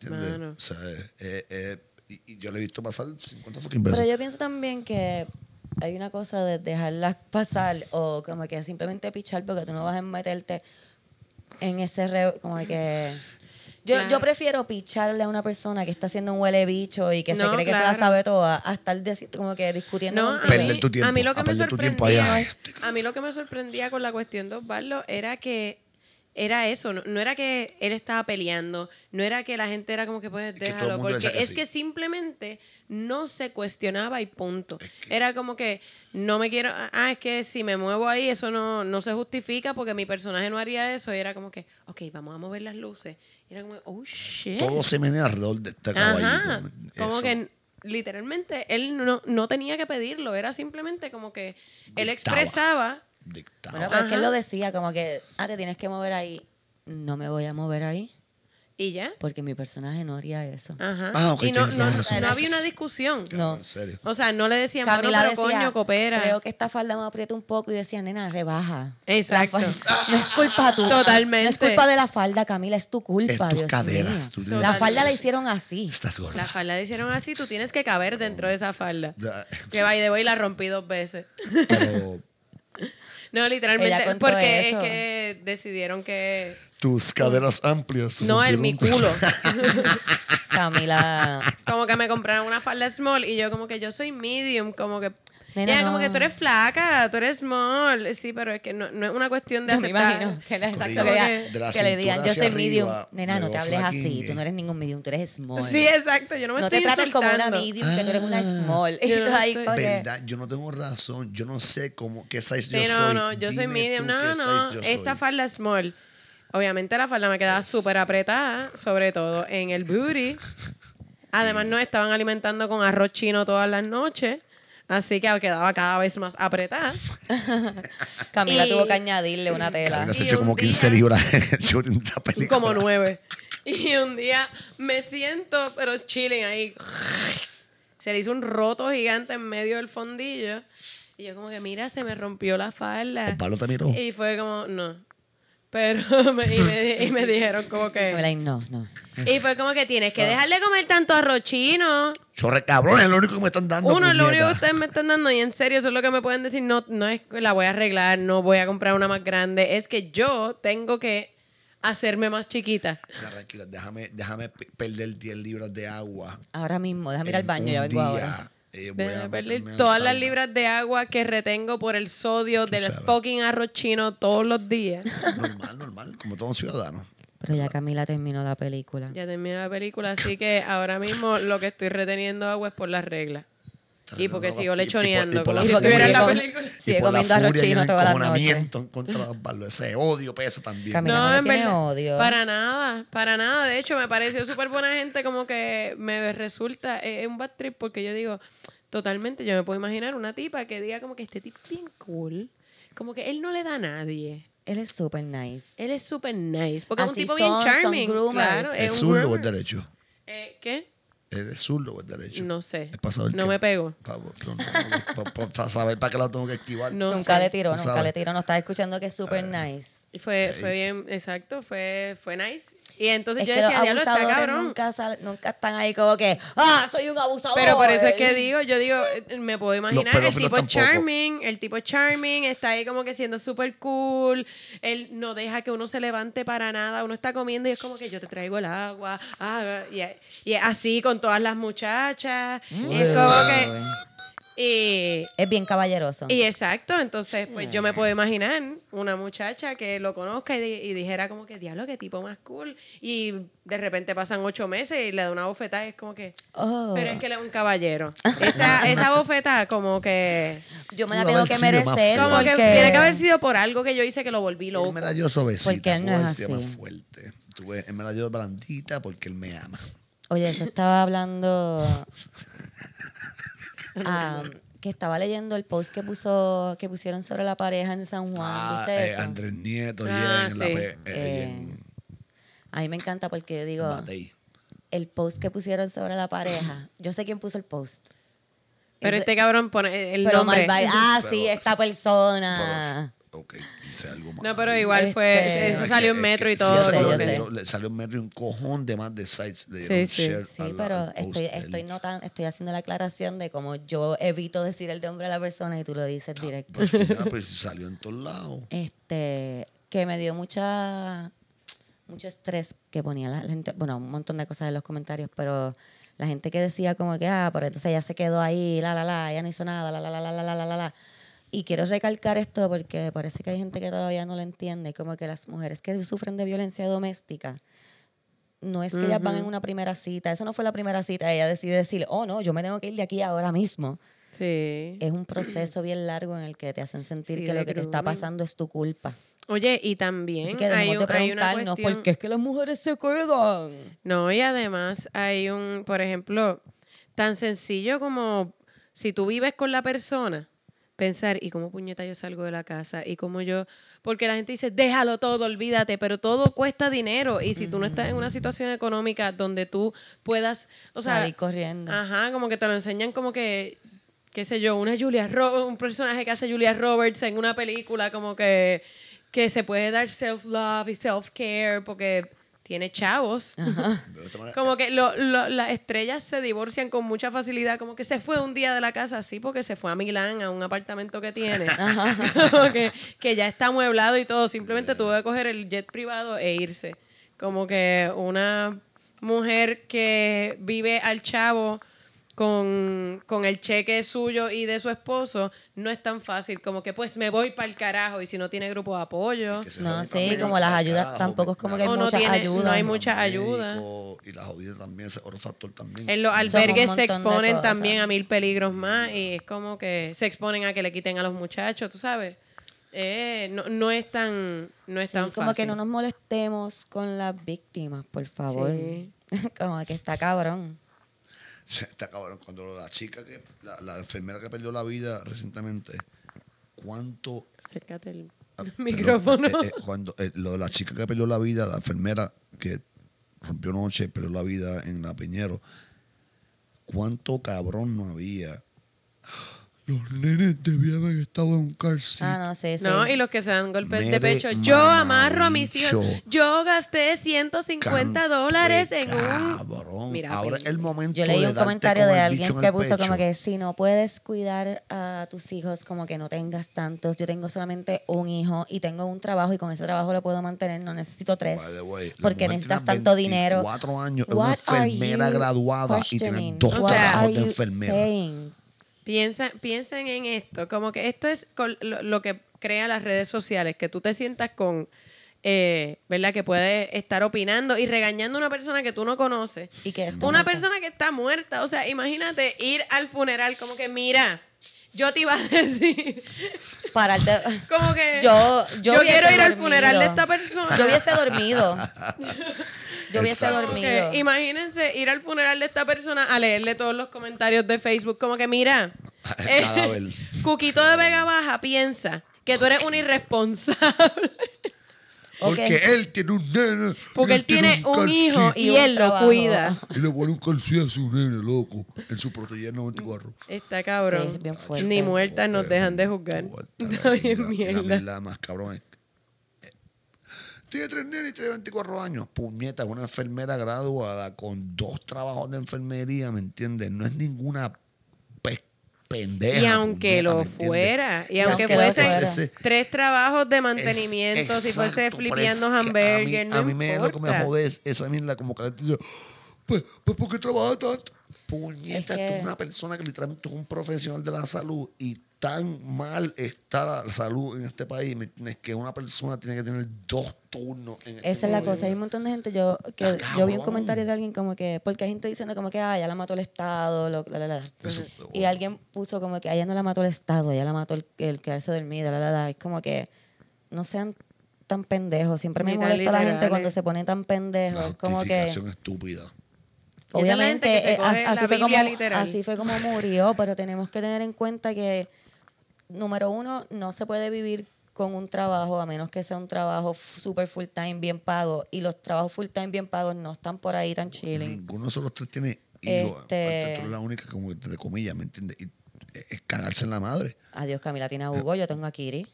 ¿Entiendes? Mano. O sea, eh, eh, eh, y, y yo le he visto pasar 50 fucking Pero veces. yo pienso también que hay una cosa de dejarlas pasar o como que simplemente pichar porque tú no vas a meterte en ese reo, como que... Yo, Claro. yo prefiero picharle a una persona que está haciendo un huele bicho y que se No, cree que se claro. la sabe toda a estar deci- como que discutiendo No, a contigo. Perder mí, tu tiempo, a mí lo que a me perder tu tiempo sorprendía, allá. a mí lo que me sorprendía con la cuestión de Osvaldo era que era eso, no, no era que él estaba peleando, no era que la gente era como que pues todo el déjalo, mundo porque decía que es sí. que simplemente no se cuestionaba y punto. que- Era como que no me quiero, ah, es que si me muevo ahí eso no, no se justifica porque mi personaje no haría eso, y era como que, ok, vamos a mover las luces. Y era como, oh shit. Todo se menea alrededor de este Ajá. caballito. Como Eso. que literalmente él no, no tenía que pedirlo, era simplemente como que él Dictaba. expresaba. Dictado. Bueno, pero es que él Ajá. lo decía, como que, ah, te tienes que mover ahí. No me voy a mover ahí Y ya. porque mi personaje no haría eso. Ajá. Ah, ok, y no, tienes no- razón. no había una discusión. No. En serio. O sea, no le decían, mano, Camila pero decía, coño, coopera. creo que esta falda me aprieta un poco y decía, nena, rebaja. Exacto. La fal- No es culpa tuya. Totalmente. No es culpa de la falda, Camila, es tu culpa. Es tus Dios caderas, mío. tú La tienes- falda la hicieron así. Estás gorda. La falda le hicieron así, tú tienes que caber dentro de esa falda. Ya. Que by the way la rompí dos veces. Pero No, Ella literalmente, contó porque eso. es que decidieron que... tus caderas amplias. No, el mi rompieron- culo. Camila. como que me compraron una falda small y yo como que yo soy medium, como que... Nena, ya, como no. que tú eres flaca, tú eres small. Sí, pero es que no, no es una cuestión de Yo me aceptar. imagino que era exacto Corrido. que, ella- De la que le digan, cintura yo soy hacia medium. arriba, Nena, no me te veo hables así, flaquín, tú no eh. eres ningún medium, tú eres small. Sí, exacto, yo no me no estoy te trates como una insultando. medium, que tú eres una small. Y Yo no tú ahí, soy- como que- Ah. Verdad, yo no tengo razón. Yo no sé cómo qué size Sí, yo no, soy. no, yo soy Dime medium. tú No, qué no, size yo esta soy. falda es small. Obviamente la falda me quedaba súper apretada, sobre todo en el booty. Además nos estaban alimentando con arroz chino todas las noches, así que quedaba cada vez más apretada. Camila Y- tuvo que añadirle una tela. Cargas Y hecho un como día- 15 libras. yo en una película. como nueve. Y un día me siento, pero es chilling ahí. Se le hizo un roto gigante en medio del fondillo. Y yo como que, mira, se me rompió la falda. Osvaldo te miró. Y fue como, no. Pero, me- y, me, y me dijeron como que... Camila, y no, no. Y fue como que tienes Ah. que dejar de comer tanto arroz chino. Chorre cabrón, es lo único que me están dando. Uno, lo único puñeta. que ustedes me están dando, y en serio, eso es lo que me pueden decir, no, no es que la voy a arreglar, no voy a comprar una más grande, es que yo tengo que hacerme más chiquita. Ya, Tranquila, déjame, déjame pe- perder 10 libras de agua. Ahora mismo, déjame ir al en baño, un ya vengo día. ahora. Eh, voy Déjame a perder meterme al todas las sauna. libras de agua que retengo por el sodio del sabes. fucking arroz chino todos los días. Normal, normal, como todo ciudadano. Pero ya Camila terminó la película. Ya terminé la película, así que ahora mismo lo que estoy reteniendo agua es por las reglas. Y porque sigo lechoneando. Como por la si furia. estuviera en la Con- película. Y Sigue por la comiendo arroz furia y el chino todas las encojonamiento en contra de Osvaldo. Ese odio pesa también. Camila. no le tiene odio. Para nada, para nada. De hecho, me pareció súper buena gente, como que me resulta eh, un bad trip porque yo digo, totalmente, yo me puedo imaginar una tipa que diga como que este tipo es bien cool, como que él no le da a nadie. Él es súper nice. Él es súper nice, porque es un Así tipo son, bien son charming. groomers. claro, ¿El es un zurdo o groomer. el derecho? Eh, ¿Qué? ¿El zurdo o el derecho? No sé. Es para saber No que- me pego. Para, no, no, para- para- para saber para qué la tengo que activar. No nunca sé. le tiró, Tú nunca sabes. le tiró. No estás escuchando que es súper nice. Y Fue, fue bien, exacto, fue, fue nice. Y entonces Es yo que los decía, diablo, está abusadores cabrón. nunca, sal- nunca están ahí como que, ¡ah, soy un abusador! Pero por eso es que digo, yo digo, eh, me puedo imaginar, el pedófilos tipo tampoco. charming, el tipo charming está ahí como que siendo súper cool, él no deja que uno se levante para nada, uno está comiendo y es como que yo te traigo el agua, ah, y, y así con todas las muchachas, Mm. y es como que... Y, Es bien caballeroso. y exacto, entonces pues yo me puedo imaginar una muchacha que lo conozca y, di- y dijera como que, diablo, qué tipo más cool, y de repente pasan ocho meses y le da una bofetada y es como que... Oh. Pero es que él es un caballero. Esa, esa bofeta como que... yo me la Pudo tengo haber que sido más merecer fuerte. Como porque... que tiene que haber sido por algo que yo hice que lo volví Él loco. me la dio suavecita. Porque él no puedo es decir así. más fuerte. Tú ves, él me la dio blandita porque él me ama. Oye, eso estaba hablando... Ah, que estaba leyendo el post que puso que pusieron sobre la pareja en San Juan. Ah, ¿Viste eh, eso? Andrés Nieto Ah, y él en la sí. P- eh, Eh, y en A mí me encanta porque yo digo... Matei. el post que pusieron sobre la pareja. Yo sé quién puso el post. Pero Ese- este cabrón pone el pero nombre. Malvada- ah, sí, Pero- esta persona. Pero, ok, hice algo más. No, pero igual fue... Este- Eso salió en metro y todo. sí, yo como sé, yo que- sé. Le salió en metro y un cojón de más de sites. Le Sí, dieron sí. share Sí, al- pero al post estoy, de él. estoy notan- estoy haciendo la aclaración de cómo yo evito decir el nombre de la persona y tú lo dices directo. Pues, señora, pues, salió en todos lados. Este, que me dio mucha mucho estrés que ponía la gente, bueno, un montón de cosas en los comentarios, pero la gente que decía como que, ah, pero entonces ella se quedó ahí, la, la, la, ella no hizo nada, la, la, la, la, la, la, la, la, la. Y quiero recalcar esto porque parece que hay gente que todavía no lo entiende, como que las mujeres que sufren de violencia doméstica, no es que ellas van en una primera cita, eso no fue la primera cita, ella decide decir, oh, no, yo me tengo que ir de aquí ahora mismo Sí. es un proceso bien largo en el que te hacen sentir Sí, que de lo que te está grooming. pasando es tu culpa. Oye, y Así también que hay, debemos de un- hay una preguntarnos cuestión... por qué es que las mujeres se quedan. No, y además hay un, por ejemplo, tan sencillo como si tú vives con la persona, pensar, ¿y cómo puñeta yo salgo de la casa? ¿Y cómo yo...? Porque la gente dice, déjalo todo, olvídate, pero todo cuesta dinero. Y si tú no estás en una situación económica donde tú puedas... O sea, Salir corriendo. Ajá, como que te lo enseñan como que, qué sé yo, una Julia Roberts, un personaje que hace Julia Roberts en una película, como que, que se puede dar self-love y self-care porque tiene chavos. De otra manera, Como que lo- lo- las estrellas se divorcian con mucha facilidad, como que se fue un día de la casa, así porque se fue a Milán, a un apartamento que tiene, Como que, que ya está amueblado y todo, simplemente tuvo que coger el jet privado e irse. Como que una mujer que vive al chavo con, con el cheque suyo y de su esposo, no es tan fácil, como que pues me voy para el carajo y si no tiene grupo de apoyo. que se No, joden sí, conmigo, como las al ayudas carajo, tampoco es como que hay me- O no mucha tiene- ayuda. no hay mucha ayuda. médico, Y la jodida también, ese otro factor también. En los Son un albergues se montón de exponen cosas. también a mil peligros más y es como que se exponen a que le quiten a los muchachos, tú sabes. Eh, no, no es tan, no es Sí, tan como fácil. que no nos molestemos con las víctimas, por favor. Sí. como que está cabrón. Está cabrón. Cuando la chica, que la, la enfermera que perdió la vida recientemente, ¿cuánto. Acércate el ah, micrófono. perdón, eh, eh, cuando, eh, lo de la chica que perdió la vida, la enfermera que rompió noche, perdió la vida en la Piñero, ¿cuánto cabrón no había? Los nenes debían haber estado en un car seat. Ah, no sé, sí. No, y los que se dan golpes de Mere pecho. Yo amarro a mis mamabicho. hijos. Yo gasté 150 dólares en un... Cabrón. Mira, Ahora Peña. el momento. Yo leí de un darte comentario con de el alguien bicho en que el puso como pecho. que si no puedes cuidar a tus hijos, como que no tengas tantos. Yo tengo solamente un hijo y tengo un trabajo y con ese trabajo lo puedo mantener. No necesito tres. By the way, la porque mujer necesitas tiene tanto dinero. 24 años, es What una are enfermera you graduada y tiene questioning? dos What trabajos are de you enfermera. saying? Piensa, piensen en esto, como que esto es col- lo, lo que crea las redes sociales, que tú te sientas con eh, ¿verdad? Que puede estar opinando y regañando a una persona que tú no conoces. Y que está una muerta. persona que está muerta. O sea, imagínate ir al funeral como que, mira, yo te iba a decir. Pararte. Como que Yo, yo, yo quiero hubiese ir al dormido. funeral de esta persona. Yo hubiese dormido. Yo hubiese Exacto. Como que, dormido. imagínense ir al funeral de esta persona a leerle todos los comentarios de Facebook. Como que, mira, eh, El cadáver. Cuquito de Vega Baja piensa que tú eres un irresponsable. Porque Ok. él tiene un nene. Porque y él tiene un hijo calcín. y Y un él lo trabajo. cuida. Y le pone un calcio a su nene, loco, en su Mm. proteína 94. Está cabrón. Sí, bien fuerte. Ni muertas nos dejan de juzgar. Está bien La mierda. Este, mierda más cabrón es- Tiene tres nenes y tiene 24 años. Puñeta, es una enfermera graduada con dos trabajos de enfermería, ¿me entiendes? No es ninguna pe- pendeja. Y aunque puñeta, lo ¿me entiendes? fuera, y Y aunque aunque lo fuera. fuese Ese- tres trabajos de Es- mantenimiento, si fuese exacto, pero flipeando es que hamburger, a mí, no a mí me, lo que me importa. jode es esa mierda como que la gente dice, pues, pues ¿por qué trabaja tanto? Puñeta, Es que- tú eres una persona que literalmente es un profesional de la salud y tan mal está la, la salud en este país, ¿me entiendes? Que una persona tiene que tener dos turnos en este Esa es la país. cosa. Hay un montón de gente. Yo, que, Está yo vi un cabrón. comentario de alguien como que. Porque hay gente diciendo como que. Ah, ya la mató el Estado. lo- la, la, la. Eso- Y alguien puso como que. Ah, ya no la mató el Estado. Ya la mató el, el quedarse dormida. La, la, la. Es como que. No sean tan pendejos. Siempre me Ni tan molesta la gente literales. cuando se pone tan pendejos. La Es como que. justificación estúpida. Y esa es la gente Obviamente, que se eh, as- coge la así, fue Biblia como, literal. así fue como murió, pero tenemos que tener en cuenta que, número uno, no se puede vivir con un trabajo, a menos que sea un trabajo f- super full time, bien pago. Y los trabajos full time, bien pagos, no están por ahí tan chilling. Ninguno de nosotros tres tiene hijos. Este- Aparte, tú eres la única, como que, entre comillas, ¿me entiendes? Y es es cagarse en la madre. Adiós, Camila tiene a Hugo, yo tengo a Kiri.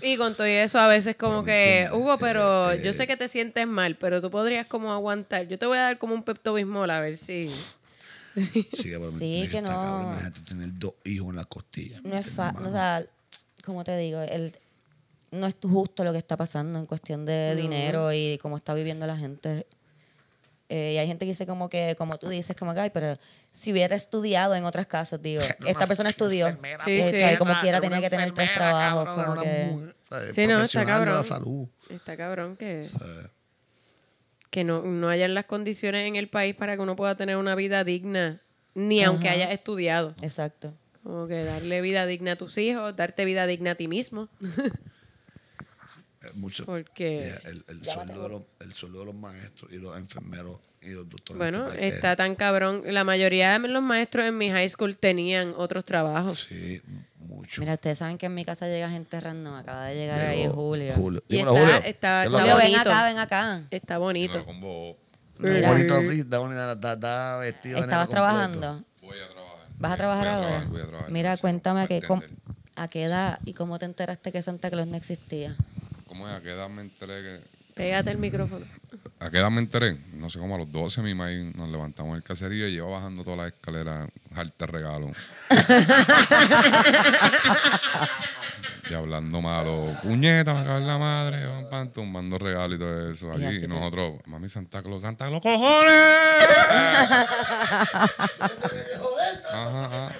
Y con todo eso a veces como Pero me que, entiendes, Hugo, pero eh, yo eh. sé que te sientes mal, pero tú podrías como aguantar. Yo te voy a dar como un Pepto Bismol a ver si... Sí, pero Sí, me entiendes que está no. cabrón, imagínate tener dos hijos en las costillas. ¿me No es entiendes, fácil, mano? o sea, como te digo, el, no es justo lo que está pasando en cuestión de dinero y cómo está viviendo la gente. Eh, y hay gente que dice como que, como tú dices, como que, ay, pero si hubiera estudiado en otras casas, digo, Era esta una persona fucking estudió. enfermera, Sí, sí. puñeta, Como quiera era tenía una que tener tres enfermera, trabajos, cabrón, como era que- una mujer, ¿sabes? Sí, no, está Profesional de la cabrón. salud. Está cabrón que, que no, no hayan las condiciones en el país para que uno pueda tener una vida digna, ni Ajá. aunque hayas estudiado. Exacto. Como que darle vida digna a tus hijos, darte vida digna a ti mismo. Eh, mucho- Porque- eh, el, el sueldo de los, el sueldo de los maestros y los enfermeros y los doctores. en Bueno, este país es- está tan cabrón. La mayoría de los maestros en mi high school tenían otros trabajos. eh, Sí, m- mucho. Mira, ustedes saben que en mi casa llega gente random, acaba de llegar ahí Llegó Julio. Julio. Y Dímelo, está- Julio. está- Dímelo, Julio, ven bonito. acá, ven acá. Está Claro, bonito. con vos Está Mira. bonito así, está bonito, está, está vestido. de Estabas negro completo. trabajando. voy a trabajar. ¿Vas a Voy- trabajar voy a ahora? voy a trabajar. Mira, Gracias, cuéntame a qué, com- bartender. a qué edad y cómo te enteraste que Santa Claus no existía. ¿Cómo es? ¿A qué edad me enteré? que- Pégate el micrófono. ¿A qué edad me enteré? No sé, como a los 12 mi maíz nos levantamos en el caserío y lleva bajando toda la escalera, harta de regalo. y hablando malo, puñeta, me cago en la madre, pam, pam, tumbando regalo y todo eso. Y así Allí, y te- nosotros, mami Santa Claus, Santa Claus, cojones. Ajá, ajá.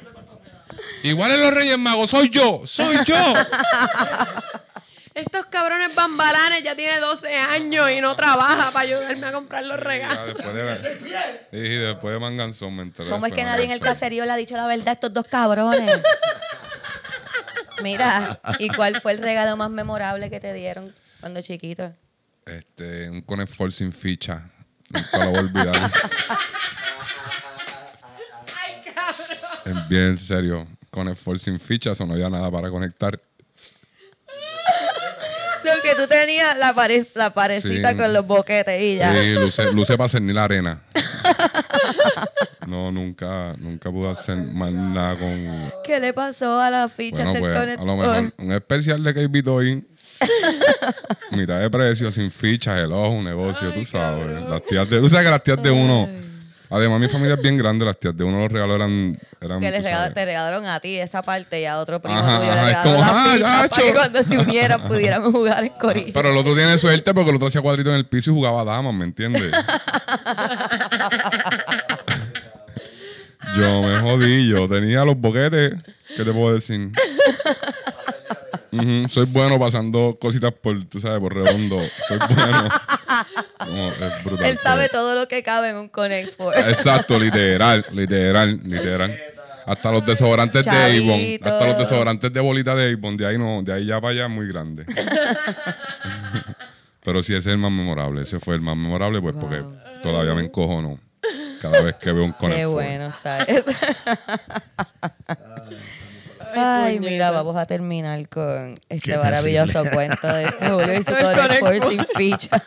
Igual en los Reyes Magos, soy yo, soy yo. Estos cabrones bambalanes ya tiene 12 años y no trabaja para ayudarme a comprar los regalos. Y ya después de, y después de Manganzón me enteré. ¿Cómo es que después de nadie en el Manganzón. caserío le ha dicho la verdad a estos dos cabrones? Mira, ¿y cuál fue el regalo más memorable que te dieron cuando chiquito? Este, un Conefort sin ficha. Nunca lo voy a olvidar. Es bien serio. Conefort sin ficha, eso no había nada para conectar. Lo que tú tenías la, pare- la parecita Sí. con los boquetes y ya. Sí, luce, luce para hacer ni la arena. No, nunca, nunca pude hacer más nada con. ¿Qué le pasó a la ficha del Bueno, pues, a lo conector? mejor un especial de KB Toy. Mitad de precio, sin fichas, el ojo, un negocio, tú sabes. Las tías de, tú sabes que las tías de uno. Además, mi familia es bien grande, las tías de uno los regalos eran. eran Que les tú regala- sabes. te regalaron a ti esa parte y a otro primo Ajá, tuyo le ajá, es regalaron la como, "Ah, ficha para gacho". que cuando se unieran pudieran jugar en corillo. Pero el otro tiene suerte porque el otro hacía cuadrito en el piso y jugaba damas, ¿me entiendes? yo me jodí, yo tenía los boquetes, ¿qué te puedo decir? Ujú. Ujú, Soy bueno pasando cositas por, tú sabes, por redondo. Soy bueno. No, es brutal. Él sabe todo lo que cabe en un Connect Four. Exacto, literal, literal, literal. Hasta los desodorantes de Chavito. Avon. Hasta los desodorantes de bolita de Avon. De ahí no, de ahí ya para allá muy grande. Pero sí, ese es el más memorable. Ese fue el más memorable, pues porque todavía me encojono cada vez que veo un Connect Qué Four. bueno está eso. Ay, mira, vamos a terminar con este Qué maravilloso terrible. cuento de este Julio y su El Connect Connect Four Four. sin ficha.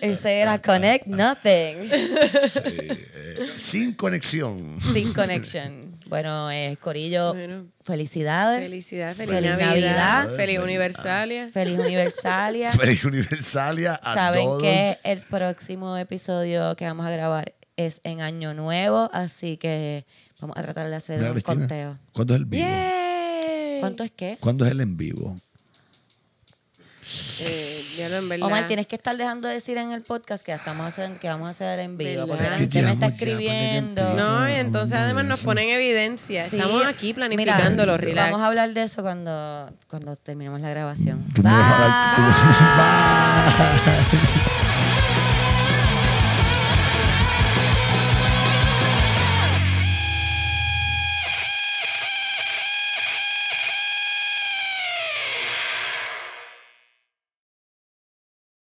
Ese era Connect Nothing. Eh, Sin conexión. Sin connection. Bueno, eh, Corillo, Bueno. felicidades. Feliz, Felicidad, feliz, Feliz Navidad, Navidad. feliz Universalia. Universalia. Feliz Universalia a Saben todos. que el próximo episodio que vamos a grabar es en Año Nuevo, así que vamos a tratar de hacer Mira, un Cristina, conteo. ¿Cuándo es el vivo? Yay. ¿Cuánto es qué? ¿Cuándo es el en vivo? Eh, ya lo en verdad. Omar, Tienes que estar dejando de decir en el podcast que estamos haciendo, que vamos a hacer el en vivo. Ah. ¿Verdad? Porque la Es que gente me está llevamos ya para el escribiendo. tiempo. No, y entonces además nos ponen evidencia. Sí. Estamos aquí Mira, planificándolo, relax. Vamos a hablar de eso cuando, cuando terminemos la grabación. Tú me vas a dar- tú- Bye.